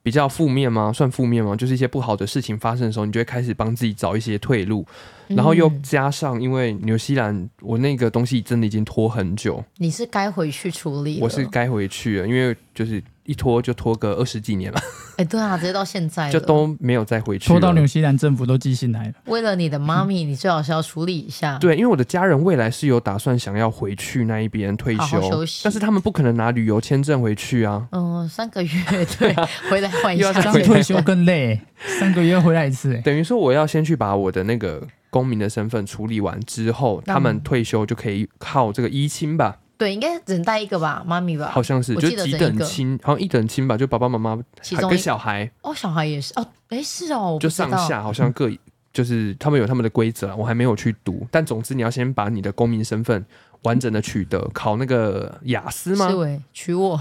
Speaker 1: 比较负面吗？算负面吗？就是一些不好的事情发生的时候，你就会开始帮自己找一些退路，然后又
Speaker 2: 嗯
Speaker 1: 加上因为纽西兰，我那个东西真的已经拖很久，
Speaker 2: 你是该回去处理了。
Speaker 1: 我是该回去了，因为就是一拖就拖个二十几年了，
Speaker 2: 哎，对啊，直接到现在了
Speaker 1: 就都没有再回去
Speaker 3: 拖到
Speaker 1: 了
Speaker 3: 纽。西兰政府都寄 信来了。
Speaker 2: 为了你的妈咪，你最好是要处理一下。
Speaker 1: 对，因为我的家人未来是有打算想要回去那一边退休，
Speaker 2: 好好休息
Speaker 1: 但是他们不可能拿旅游签证回去啊。
Speaker 2: 嗯，三个月， 对，回来换一
Speaker 1: 又
Speaker 2: 下
Speaker 1: 要再
Speaker 3: 这
Speaker 1: 回来
Speaker 3: 样
Speaker 2: 钱
Speaker 3: 退休更累，三个月回来一次。哎
Speaker 1: 等于说我要先去把我的那个公民的身份处理完之后，他们
Speaker 2: 嗯
Speaker 1: 退休就可以靠这个一亲吧，
Speaker 2: 对，应该只能带一个吧，妈咪吧
Speaker 1: 好。像是
Speaker 2: 我
Speaker 1: 就
Speaker 2: 记得
Speaker 1: 是几
Speaker 2: 整一
Speaker 1: 等
Speaker 2: 个
Speaker 1: 亲，好像一等亲吧，就爸爸妈妈
Speaker 2: 其
Speaker 1: 还
Speaker 2: 中一
Speaker 1: 跟小孩
Speaker 2: 哦，小孩也是哦，哎，是哦，我不
Speaker 1: 就
Speaker 2: 知道
Speaker 1: 上下好像各就是他们有他们的规则啊，我还没有去读，但总之你要先把你的公民身份完整的取得，考那个雅思
Speaker 2: 思
Speaker 1: 吗？
Speaker 2: 维娶我。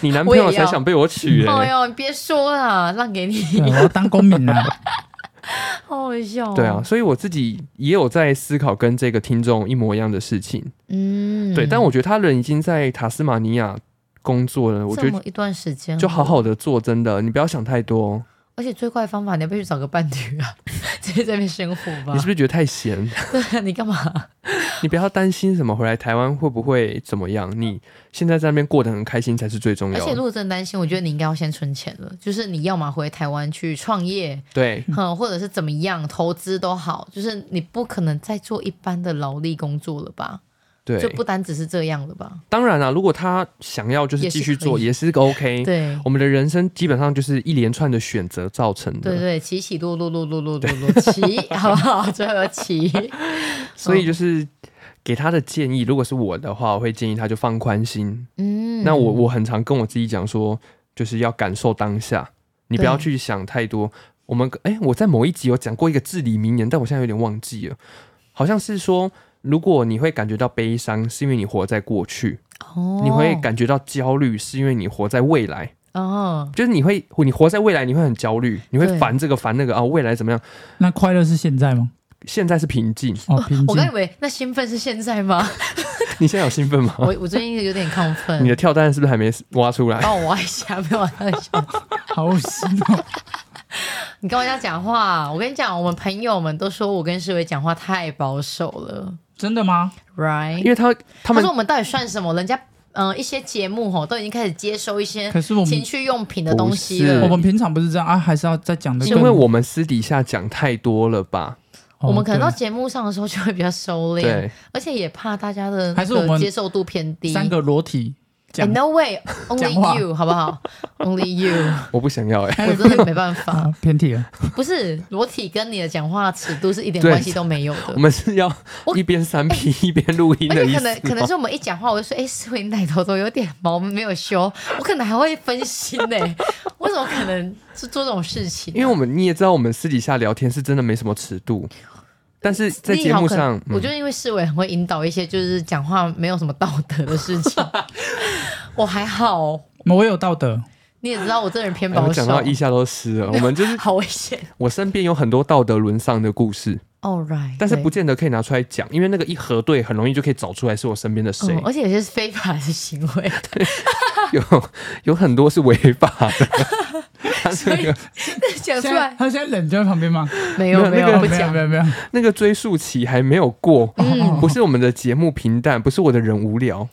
Speaker 1: 你男朋友
Speaker 2: 我也要
Speaker 1: 才想被我娶、
Speaker 2: 哎
Speaker 1: 欸，
Speaker 2: 呦，你别说了，让给你，
Speaker 3: 对，我要当公民啊！
Speaker 2: 好好笑、哦
Speaker 1: 对啊，，所以我自己也有在思考跟这个听众一模一样的事情，
Speaker 2: 嗯，
Speaker 1: 对，但我觉得他人已经在塔斯马尼亚工作了，我觉
Speaker 2: 这
Speaker 1: 得
Speaker 2: 么一嗯段时间
Speaker 1: 就好，好的做，真的，你不要想太多。
Speaker 2: 而且最快的方法，你要不要去找个伴侣啊？ 直接在那边生活吧
Speaker 1: 你是不。是觉得太闲？
Speaker 2: 对啊，你干嘛？
Speaker 1: 你不要担心什么回来台湾会不会怎么样，你现在在那边过得很开心才是最重
Speaker 2: 而
Speaker 1: 要
Speaker 2: 且如
Speaker 1: 的。
Speaker 2: 果真的担心，我觉得你应该要先存钱了，就是你要么回台湾去创业，
Speaker 1: 对，
Speaker 2: 哼，或者是怎么样投资都好，就是你不可能再做一般的劳力工作了吧？就
Speaker 1: 对，
Speaker 2: 不单只是这样了吧？
Speaker 1: 当然啦、如果他想要就是继续做，也是个 OK。
Speaker 2: 对。
Speaker 1: 我们的人生基本上就是一连串的选择造成
Speaker 2: 对
Speaker 1: 的，
Speaker 2: 对，起起 落落落落落落落起，好不好？最后要起，
Speaker 1: 所以就是给他的建议，如果是我的话，我会建议他就放宽心。
Speaker 2: 嗯，
Speaker 1: 那我我很常跟我自己讲说，就是要感受当下，你不要
Speaker 2: 对
Speaker 1: 去想太多。我们哎、我在某一集有讲过一个至理名言，但我现在有点忘记了，好像是说，如果你会感觉到悲伤，是因为你活在过去；
Speaker 2: 哦
Speaker 1: 你会感觉到焦虑，是因为你活在未来。
Speaker 2: 哦，
Speaker 1: 就是你会，你活在未来，你会很焦虑，你会
Speaker 2: 对
Speaker 1: 烦这个烦那个啊，未来怎么样？
Speaker 3: 那快乐是现在吗？
Speaker 1: 现在是平静，
Speaker 3: 哦，平
Speaker 2: 我刚以
Speaker 3: 静。
Speaker 2: 为那兴奋是现在吗？
Speaker 1: 你现在有兴奋吗？
Speaker 2: 我我哦最近有点亢奋
Speaker 1: 啊你，的跳蛋是不是还没挖出来？
Speaker 2: 帮我挖一下，没有挖一下。
Speaker 3: 好恶心 哦！
Speaker 2: 你跟我这样讲话，我跟你讲，我们朋友们都说我跟世伟讲话太保守了
Speaker 3: 真的吗？
Speaker 2: ，right？
Speaker 1: 因为他他
Speaker 2: 可
Speaker 1: 们
Speaker 2: 是我们到底算什么？人家嗯、呃一些节目吼都已经开始接收一些
Speaker 3: 可是我
Speaker 2: 情
Speaker 3: 们
Speaker 2: 趣用品的东西了。
Speaker 1: 不
Speaker 3: 我
Speaker 1: 是
Speaker 3: 们平常不是这样啊，还是要再讲的。
Speaker 1: 因为我们私底下讲太多了吧？
Speaker 3: 哦
Speaker 2: 我们可能到
Speaker 3: 对
Speaker 2: 节目上的时候就会比较收敛，
Speaker 1: 对，
Speaker 2: 而且也怕大家的
Speaker 3: 还是我们
Speaker 2: 那个接受度偏低。
Speaker 3: 三个裸体
Speaker 2: 哎
Speaker 3: 讲，
Speaker 2: ，No way,
Speaker 3: 讲话
Speaker 2: only you，好不好？Only you，
Speaker 1: 我不想要哎、
Speaker 2: 我真的没办法。
Speaker 3: 啊偏题了。
Speaker 2: 不是裸体跟你的讲话尺度是一点
Speaker 1: 对
Speaker 2: 关系都没有的
Speaker 1: 我。们是要
Speaker 2: 我
Speaker 1: 一边三 P 一边录音
Speaker 2: 而
Speaker 1: 的
Speaker 2: 且
Speaker 1: 意
Speaker 2: 可
Speaker 1: 思
Speaker 2: 能可能
Speaker 1: 吗
Speaker 2: 是我们一讲话，我就说，哎、思维奶头都有点毛，没有修，我可能还会分心 呢、我怎么可能是做这种事情？
Speaker 1: 因为我们你也知道，我们私底下聊天是真的没什么尺度，但是在
Speaker 2: 你
Speaker 1: 节
Speaker 2: 好
Speaker 1: 目
Speaker 2: 可能
Speaker 1: 上，嗯
Speaker 2: 我觉得因为思维很会引导一些就是讲话没有什么道德的事 情。我还好，哦
Speaker 3: 我有道德，
Speaker 2: 你也知道我这人偏
Speaker 1: 哎
Speaker 2: 保
Speaker 1: 我
Speaker 2: 守
Speaker 1: 讲，到腋下都湿了。我们就是
Speaker 2: 好危险。
Speaker 1: 我身边有很多道德沦丧的故事，
Speaker 2: All 哦 right，
Speaker 1: 但是不
Speaker 2: 对。
Speaker 1: 见得可以拿出来讲，因为那个一核对，很容易就可以找出来是我身边的谁
Speaker 2: 嗯，。而且有些是非法的行为，
Speaker 1: 有有很多是违法 的，他
Speaker 2: 所
Speaker 1: 那
Speaker 2: 以
Speaker 1: 个
Speaker 2: 讲出
Speaker 3: 现在
Speaker 2: 来
Speaker 3: 他现在冷就在旁边吗？
Speaker 2: 没有
Speaker 1: 没有
Speaker 2: 没
Speaker 1: 那
Speaker 2: 有
Speaker 1: 个
Speaker 2: 不
Speaker 3: 没有
Speaker 2: 讲
Speaker 3: 没，有没有，
Speaker 1: 那个追溯期还没有过，
Speaker 2: 嗯
Speaker 1: 不是我们的节目平淡，不是我的人无聊，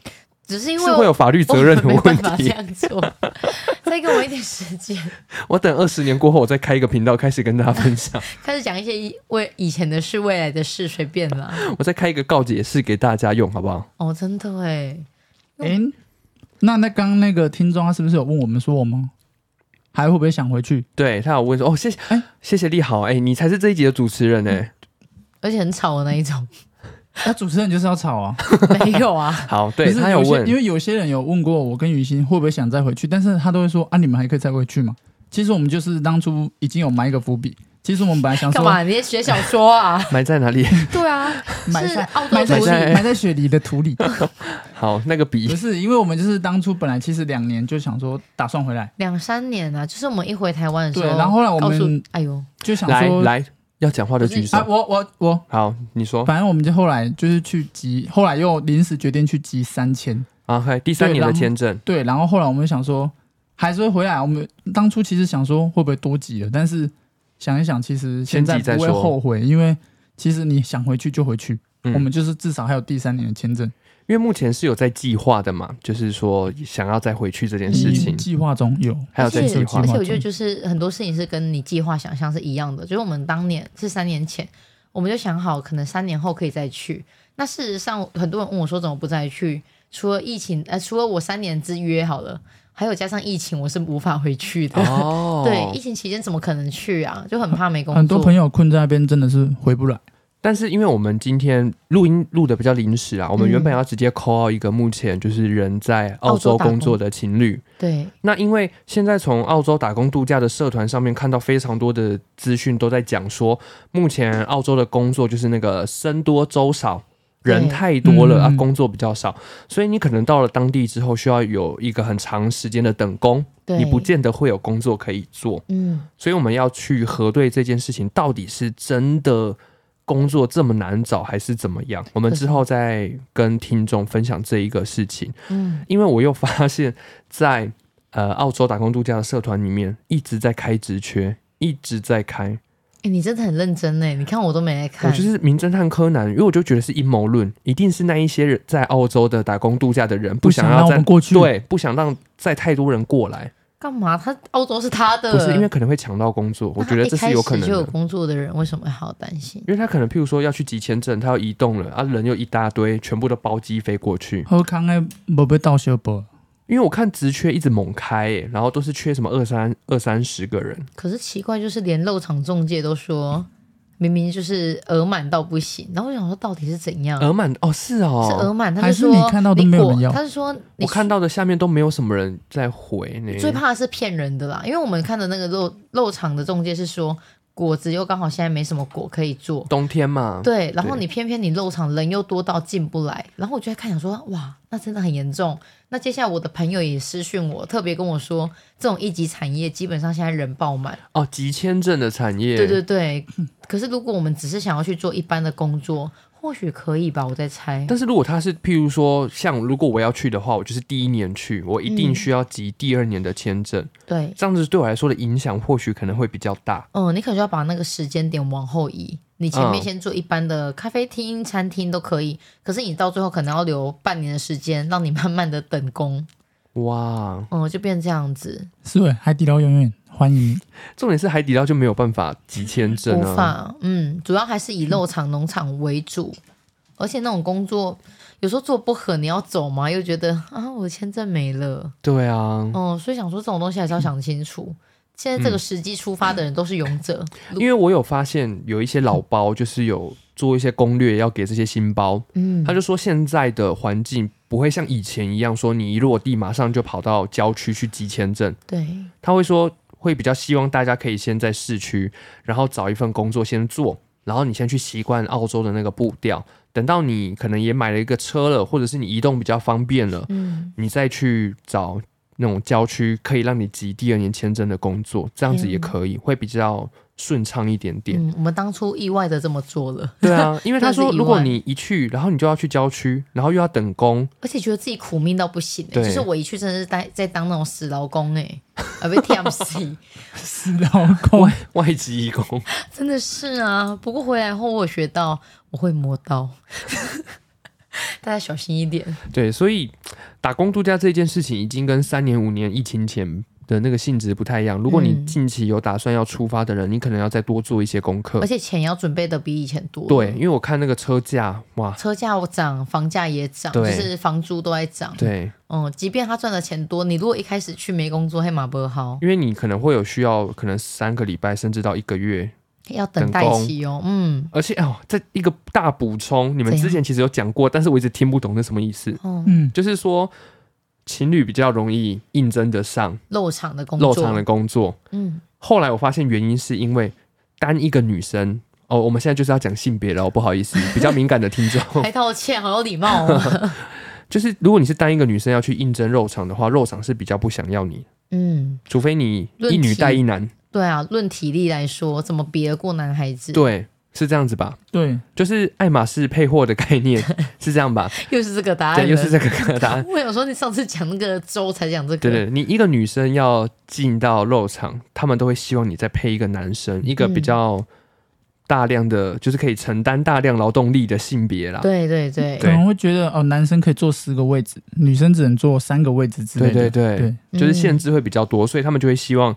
Speaker 2: 只是因
Speaker 1: 是
Speaker 2: 为
Speaker 1: 会有法律责任的
Speaker 2: 我没
Speaker 1: 问
Speaker 2: 办法这
Speaker 1: 题。
Speaker 2: 样做， 再给我一点时间，
Speaker 1: 我等二十年过后，我再开一个频道，开始跟大家分 享，
Speaker 2: 开始讲一些未以前的事、未来的事，随便啦。
Speaker 1: 我再开一个告解室给大家用，好不好？
Speaker 2: 哦，真的哎，
Speaker 3: 诶，那那刚刚那个听众他是不是有问我们说我们还会不会想回去？
Speaker 1: 对他有问说，哦，谢谢，哎、
Speaker 3: 哎嗯
Speaker 1: 谢谢丽豪，哎、你才是这一集的主持人呢、
Speaker 2: 而且很吵的那一种，
Speaker 3: 那主持人就是要吵啊。
Speaker 2: 没有啊，
Speaker 1: 好，
Speaker 3: 可
Speaker 1: 对
Speaker 3: 是
Speaker 1: 他
Speaker 3: 有些
Speaker 1: 问
Speaker 3: 因，为有些人有问过我跟雨欣会不会想再回去，但是他都会说啊，你们还可以再回去吗？其实我们就是当初已经有埋一个伏笔。其实我们本来想
Speaker 2: 干
Speaker 3: 说
Speaker 2: 嘛？你在学小 说啊？
Speaker 1: 埋在 哪里？
Speaker 2: 对啊，
Speaker 3: 埋
Speaker 2: 是
Speaker 3: 在
Speaker 2: 澳
Speaker 3: 埋
Speaker 2: 洲土
Speaker 3: 在
Speaker 1: 土
Speaker 3: 雪
Speaker 1: 里
Speaker 3: 埋在雪梨的 土里，
Speaker 1: 好，那个
Speaker 3: 不
Speaker 1: 笔，
Speaker 3: 是因为我们就是当初本来其实两年就想说打算回来，
Speaker 2: 两三年啊，就是我们一回台湾的时候，
Speaker 3: 对然后后来我们
Speaker 2: 告诉哎呦，
Speaker 3: 就想
Speaker 1: 来
Speaker 3: 说
Speaker 1: 来，要讲话的举手
Speaker 3: 啊，。我我我，
Speaker 1: 好，你说
Speaker 3: 反正我们就后来就是去集，后来又临时决定去集三千，
Speaker 1: 啊，嗨，第三
Speaker 3: 对
Speaker 1: 年的
Speaker 3: 然后
Speaker 1: 签证，
Speaker 3: 对，然后后来我们想说还是会回来，我们当初其实想说会不会多集了，但是想一想，其实现在
Speaker 1: 先集再
Speaker 3: 不会
Speaker 1: 说
Speaker 3: 后悔，因为其实你想回去就回去，
Speaker 1: 嗯
Speaker 3: 我们就是至少还有第三年的签证，
Speaker 1: 因为目前是有在计划的嘛，就是说想要再回去这件事情，
Speaker 3: 计划中有，
Speaker 1: 还有在
Speaker 2: 而且
Speaker 1: 计划
Speaker 2: 而。且我觉得就是很多事情是跟你计划想象是一样的，就是我们当年是三年前，我们就想好可能三年后可以再去。那事实上，很多人问我说怎么不再去？除了疫情，呃，除了我三年之约好了，还有加上疫情，我是无法回去的。
Speaker 3: 嗯
Speaker 1: 哦
Speaker 2: 对，疫情期间怎么可能去啊？就很怕没工作。
Speaker 3: 很多朋友困在那边真的是回不来，
Speaker 1: 但是因为我们今天录音录的比较临时啊，我们原本要直接 call out 一个目前就是人在澳洲
Speaker 2: 澳洲打工
Speaker 1: 工作的情侣。
Speaker 2: 对，
Speaker 1: 那因为现在从澳洲打工度假的社团上面看到非常多的资讯，都在讲说，目前澳洲的工作就是那个僧多粥少，
Speaker 2: 对
Speaker 1: 人太多了、
Speaker 3: 嗯
Speaker 1: 啊，工作比较少，所以你可能到了当地之后，需要有一个很长时间的等工，
Speaker 2: 对
Speaker 1: 你不见得会有工作可以做。
Speaker 2: 嗯，
Speaker 1: 所以我们要去核对这件事情到底是真的工作这么难找，还是怎么样？我们之后再跟听众分享这一个事情。
Speaker 2: 嗯，
Speaker 1: 因为我又发现在，呃澳洲打工度假的社团里面一直在开职缺，一直在开。
Speaker 2: 哎、你真的很认真呢，你看我都没来
Speaker 1: 我
Speaker 2: 看。
Speaker 1: 就是名侦探柯南，因为我就觉得是阴谋论，一定是那一些人在澳洲的打工度假的人不想
Speaker 3: 想
Speaker 1: 要
Speaker 3: 让我
Speaker 1: 再
Speaker 3: 们过去，，
Speaker 1: 对，不想让再太多人过来，
Speaker 2: 干嘛？他澳洲是他的，
Speaker 1: 不是因为可能会抢到工作，我觉得这是有可
Speaker 2: 那
Speaker 1: 能
Speaker 2: 他一开始就有
Speaker 1: 的。
Speaker 2: 工作的人，为什么还要担心？
Speaker 1: 因为他可能譬如说要去集签证，他要移动了啊，人又一大堆，全部都包机飞过去。
Speaker 3: 喝康哎，不被到修博，
Speaker 1: 因为我看职缺一直猛开、欸，然后都是缺什么二三二三十个人，
Speaker 2: 可是奇怪，就是连肉场中介都说，明明就是额满到不行，然后我想说到底是怎样？
Speaker 1: 额满哦，是哦，
Speaker 2: 是额满，他
Speaker 3: 还
Speaker 2: 就是说
Speaker 3: 你看到都没有
Speaker 2: 果
Speaker 3: 人要
Speaker 2: 他是说你
Speaker 1: 我看到的下面都没有什么人在回呢。
Speaker 2: 最怕的是骗人的啦，因为我们看的那个肉肉场的中介是说果子又刚好现在没什么果可以做，
Speaker 1: 冬天嘛，
Speaker 2: 对，然后
Speaker 1: 对
Speaker 2: 你偏偏你肉场人又多到进不来，然后我就在看想说，哇，那真的很严重。那接下来我的朋友也私讯我，特别跟我说，这种一级产业基本上现在人爆满，
Speaker 1: 哦，急签证的产业，
Speaker 2: 对对对。嗯可是如果我们只是想要去做一般的工作，或许可以吧，我在猜。
Speaker 1: 但是如果他是，譬如说，像如果我要去的话，我就是第一年去，我一定
Speaker 2: 嗯
Speaker 1: 需要集第二年的签证，
Speaker 2: 对，
Speaker 1: 这样子对我来说的影响或许可能会比较大。
Speaker 2: 嗯，你可能就要把那个时间点往后移。你前面
Speaker 1: 嗯
Speaker 2: 先做一般的咖啡厅、餐厅都可以，可是你到最后可能要留半年的时间，让你慢慢的等工，
Speaker 1: 哇，
Speaker 2: 嗯，就变这样子，
Speaker 3: 是的，海底捞永远欢迎你。
Speaker 1: 重点是海底捞就没有办法集签证
Speaker 2: 无
Speaker 1: 啊。
Speaker 2: 法，嗯，主要还是以肉场、农场为主，而且那种工作有时候做不合，你要走嘛，又觉得啊，我的签证没了，
Speaker 1: 对啊，
Speaker 2: 嗯，所以想说这种东西还是要想清楚。现在
Speaker 1: 嗯
Speaker 2: 这个时机出发的人都是勇者，
Speaker 1: 因为我有发现有一些老包就是有做一些攻略，要给这些新包，
Speaker 2: 嗯，
Speaker 1: 他就说现在的环境不会像以前一样，说你一落地马上就跑到郊区去集签证，
Speaker 2: 对，
Speaker 1: 他会说会比较希望大家可以先在市区，然后找一份工作先做，然后你先去习惯澳洲的那个步调，等到你可能也买了一个车了，或者是你移动比较方便了，
Speaker 2: 嗯，
Speaker 1: 你再去找那种郊区可以让你集第二年签证的工作，这样子也可以，会比较顺畅一点点。
Speaker 2: 嗯，我们当初意外的这么做了。
Speaker 1: 对啊，因为他
Speaker 2: 那
Speaker 1: 说，
Speaker 2: 是意外
Speaker 1: 如果你一去，然后你就要去郊区，然后又要等工，
Speaker 2: 而且觉得自己苦命到不行、欸，
Speaker 1: 对
Speaker 2: 就是我一去真的是待在当那种死劳工哎、啊被 TMC，
Speaker 3: 死老公，
Speaker 1: 外籍义工，
Speaker 2: 真的是啊。不过回来后我有学到我会磨刀， 大家小心一点。
Speaker 1: 对，所以打工度假这件事情已经跟三年、五年疫情前的那个性质不太一样。如果你
Speaker 2: 嗯
Speaker 1: 近期有打算要出发的人，你可能要再多做一些功课
Speaker 2: 而。且钱要准备的比以前多，
Speaker 1: 对，，因为我看那个车价，哇，
Speaker 2: 车价涨，房价也涨，就
Speaker 1: 对
Speaker 2: 是房租都在涨。
Speaker 1: 对，
Speaker 2: 嗯，即便他赚的钱多，你如果一开始去没工作，黑马不好，
Speaker 1: 因为你可能会有需要，可能三个礼拜甚至到一个月。
Speaker 2: 要等
Speaker 1: 等
Speaker 2: 待
Speaker 1: 工
Speaker 2: 期哦。嗯，
Speaker 1: 而且哦，这一个大补充，你们
Speaker 2: 怎样
Speaker 1: 之前其实有讲过，但是我一直听不懂是什么意思。
Speaker 2: 哦，
Speaker 3: 嗯，
Speaker 1: 就是说，情侣比较容易应征得上
Speaker 2: 肉场的工作，
Speaker 1: 肉场的工作，
Speaker 2: 嗯，
Speaker 1: 后来我发现原因是因为单一个女生哦，我们现在就是要讲性别了哦，不好意思，比较敏感的听众，
Speaker 2: 还道歉，好有礼貌 哦。
Speaker 1: 就是如果你是单一个女生要去应征肉场的话，肉场是比较不想要你，
Speaker 2: 嗯，
Speaker 1: 除非你
Speaker 2: 论
Speaker 1: 一女
Speaker 2: 题
Speaker 1: 带一男，
Speaker 2: 对啊，论体力来说，怎么比得过男孩子？，
Speaker 1: 对，是这样子吧？
Speaker 3: 对，
Speaker 1: 就是爱马仕配货的概念是这样吧？
Speaker 2: 又是这个答案
Speaker 1: 对，
Speaker 2: 了，
Speaker 1: 又是这个 答案。
Speaker 2: 我想说，你上次讲那个粥才讲这个，
Speaker 1: 对对，你一个女生要进到肉场，他们都会希望你再配一个男生，一个比
Speaker 2: 嗯
Speaker 1: 较大量的，就是可以承担大量劳动力的性别啦。
Speaker 2: 对对对
Speaker 3: 可能会觉得哦，男生可以坐十个位置，女生只能坐三个位置之类的。
Speaker 1: 对对对
Speaker 3: 对，
Speaker 1: 就是限
Speaker 2: 嗯
Speaker 1: 制会比较多，所以他们就会希望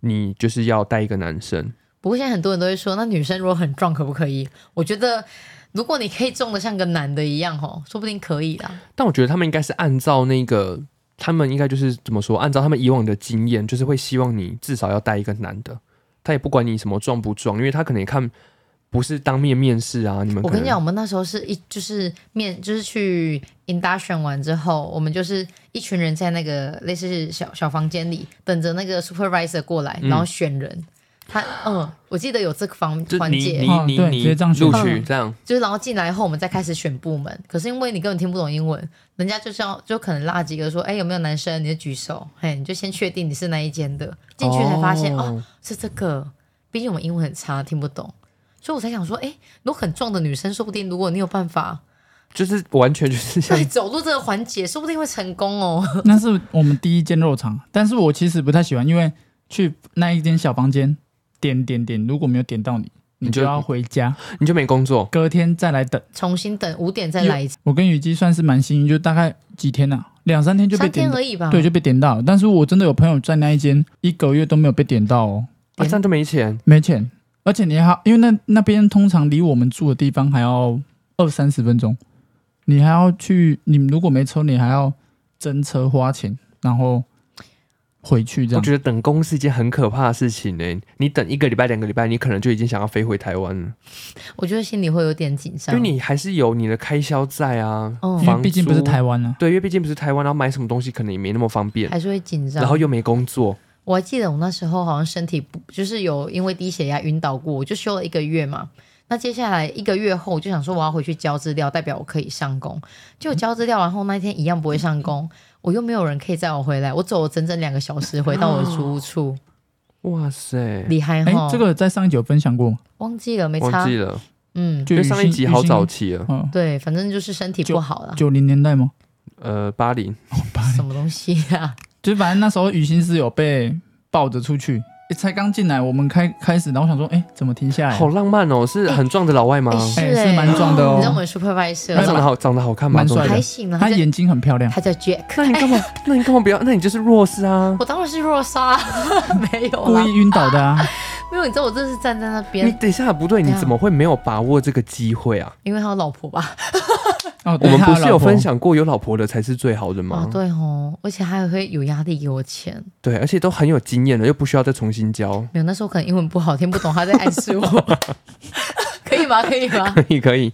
Speaker 1: 你就是要带一个男生。
Speaker 2: 不过现在很多人都会说，那女生如果很壮可不可以？我觉得，如果你可以重的像个男的一样哦，说不定可以啦。
Speaker 1: 但我觉得他们应该是按照那个，他们应该就是怎么说，按照他们以往的经验，就是会希望你至少要带一个男的，他也不管你什么壮不壮，因为他可能也看不是当面面试啊，你们
Speaker 2: 我
Speaker 1: 可
Speaker 2: 跟
Speaker 1: 能
Speaker 2: 你讲，我们那时候是一就是面就是去 induction 完之后，我们就是一群人在那个类似小小房间里等着那个 supervisor 过来，
Speaker 1: 嗯
Speaker 2: 然后选人。他嗯，我记得有这个方
Speaker 1: 就
Speaker 2: 环
Speaker 1: 你
Speaker 2: 节，
Speaker 1: 你
Speaker 3: 哦
Speaker 1: 你
Speaker 3: 对
Speaker 1: 你
Speaker 3: 直接这样选
Speaker 1: 录取
Speaker 2: 嗯
Speaker 1: 这样，
Speaker 2: 就是然后进来后，我们再开始选部门。可是因为你根本听不懂英文，人家就是要就可能拉几个说，哎，有没有男生？你就举手，嘿，你就先确定你是那一间的。进去才发现哦
Speaker 1: 哦
Speaker 2: 是这个。毕竟我们英文很差，听不懂，所以我才想说，哎，如果很壮的女生，说不定如果你有办法
Speaker 1: 就是完全就是像
Speaker 2: 对走路这个环节，说不定会成功哦。
Speaker 3: 那是我们第一间肉场，但是我其实不太喜欢，因为去那一间小房间点点点，如果没有点到你，
Speaker 1: 你
Speaker 3: 你
Speaker 1: 就
Speaker 3: 就要回家，
Speaker 1: 你就没工作，
Speaker 3: 隔天再来等。
Speaker 2: 重新等五点再来一次，
Speaker 3: 我跟雨姬算是蛮幸运，就大概几天呐、啊，两三天就被
Speaker 2: 三天
Speaker 3: 点到
Speaker 2: 而，已吧。
Speaker 3: 对，就被点到。但是我真的有朋友在那一间一个月都没有被点到哦，
Speaker 1: 啊、这样就没钱。
Speaker 3: 没钱，而且你还因为那那边通常离我们住的地方还要二三十分钟，你还要去，你如果没车，你还要真车花钱，然后回去这
Speaker 1: 我
Speaker 3: 样。
Speaker 1: 觉得等公是一件很可怕的事情呢、你等一个礼拜、两个礼拜，你可能就已经想要飞回台湾了，
Speaker 2: 我觉得心里会有点紧
Speaker 1: 因为
Speaker 2: 张。
Speaker 1: 你还是有你的开销在啊，
Speaker 2: 嗯
Speaker 3: 因
Speaker 1: 房
Speaker 3: 为毕竟不是
Speaker 1: 租
Speaker 3: 台湾啊，
Speaker 1: 对，因为毕竟不是台湾，然后买什么东西可能也没那么方便，
Speaker 2: 还是会紧张，
Speaker 1: 然后又没工作，
Speaker 2: 我还记得我那时候好像身体不，就是有因为低血压晕倒过，我就休了一个月嘛。那接下来一个月后，我就想说我要回去交资料，代表我可以上工。就交资料，然后那一天一样不会上工，我又没有人可以载我回来，我走了整整两个小时回到我的租屋处，
Speaker 1: 哇塞，
Speaker 2: 厉害
Speaker 3: 哎、
Speaker 2: 哈！
Speaker 3: 这个在上一集有分享过吗？
Speaker 2: 忘记了没
Speaker 1: 忘
Speaker 2: 差，
Speaker 1: 记了，
Speaker 2: 嗯，
Speaker 1: 因
Speaker 3: 就
Speaker 1: 为上一集好早，期了，
Speaker 3: 嗯，
Speaker 2: 对，反正就是身体不好了，
Speaker 3: 九零年代吗？
Speaker 1: 呃，八零，
Speaker 2: 什么东西啊？
Speaker 3: 就是反正那时候雨欣是有被抱着出去，诶才刚进来，我们开开始，然后我想说，哎、怎么停下来？
Speaker 1: 好浪漫哦，是很壮的老外吗
Speaker 2: 哎、？
Speaker 3: 哎
Speaker 2: 哎、
Speaker 3: 是蛮壮的哦
Speaker 2: 你知道我们 supervisor
Speaker 1: 他长得好，长得好看吗？
Speaker 3: 蛮
Speaker 1: 重
Speaker 3: 帅
Speaker 1: 点
Speaker 3: 的
Speaker 2: 还行了，
Speaker 3: 她
Speaker 2: 他叫
Speaker 3: 眼睛很漂亮，
Speaker 2: 他叫 Jack，
Speaker 1: 那你干嘛？那你干嘛不要？那你就是弱势啊！
Speaker 2: 我当然是弱莎， 没有
Speaker 3: 故
Speaker 2: 啦，
Speaker 3: 意晕倒的 啊。
Speaker 2: 没有，你知道我真的是站在那
Speaker 1: 你
Speaker 2: 边，
Speaker 1: 等一下，不对，你
Speaker 2: 怎样
Speaker 1: 怎么会没有把握这个机会啊？
Speaker 2: 因为他有老婆吧？
Speaker 1: 我
Speaker 3: 哦，
Speaker 2: 啊
Speaker 3: 对
Speaker 1: 们
Speaker 3: 她
Speaker 1: 不
Speaker 3: 有
Speaker 1: 是
Speaker 3: 老
Speaker 1: 有
Speaker 3: 婆
Speaker 1: 分享过，有老婆的才是最好的吗
Speaker 2: 哦，？对哦，而且他还会有压力给我钱。
Speaker 1: 对，而且都很有经验了，又不需要再重新教。
Speaker 2: 没有，那时候可能英文不好，听不懂他在暗示我， 可以吗？可以吗？
Speaker 1: 可以可以，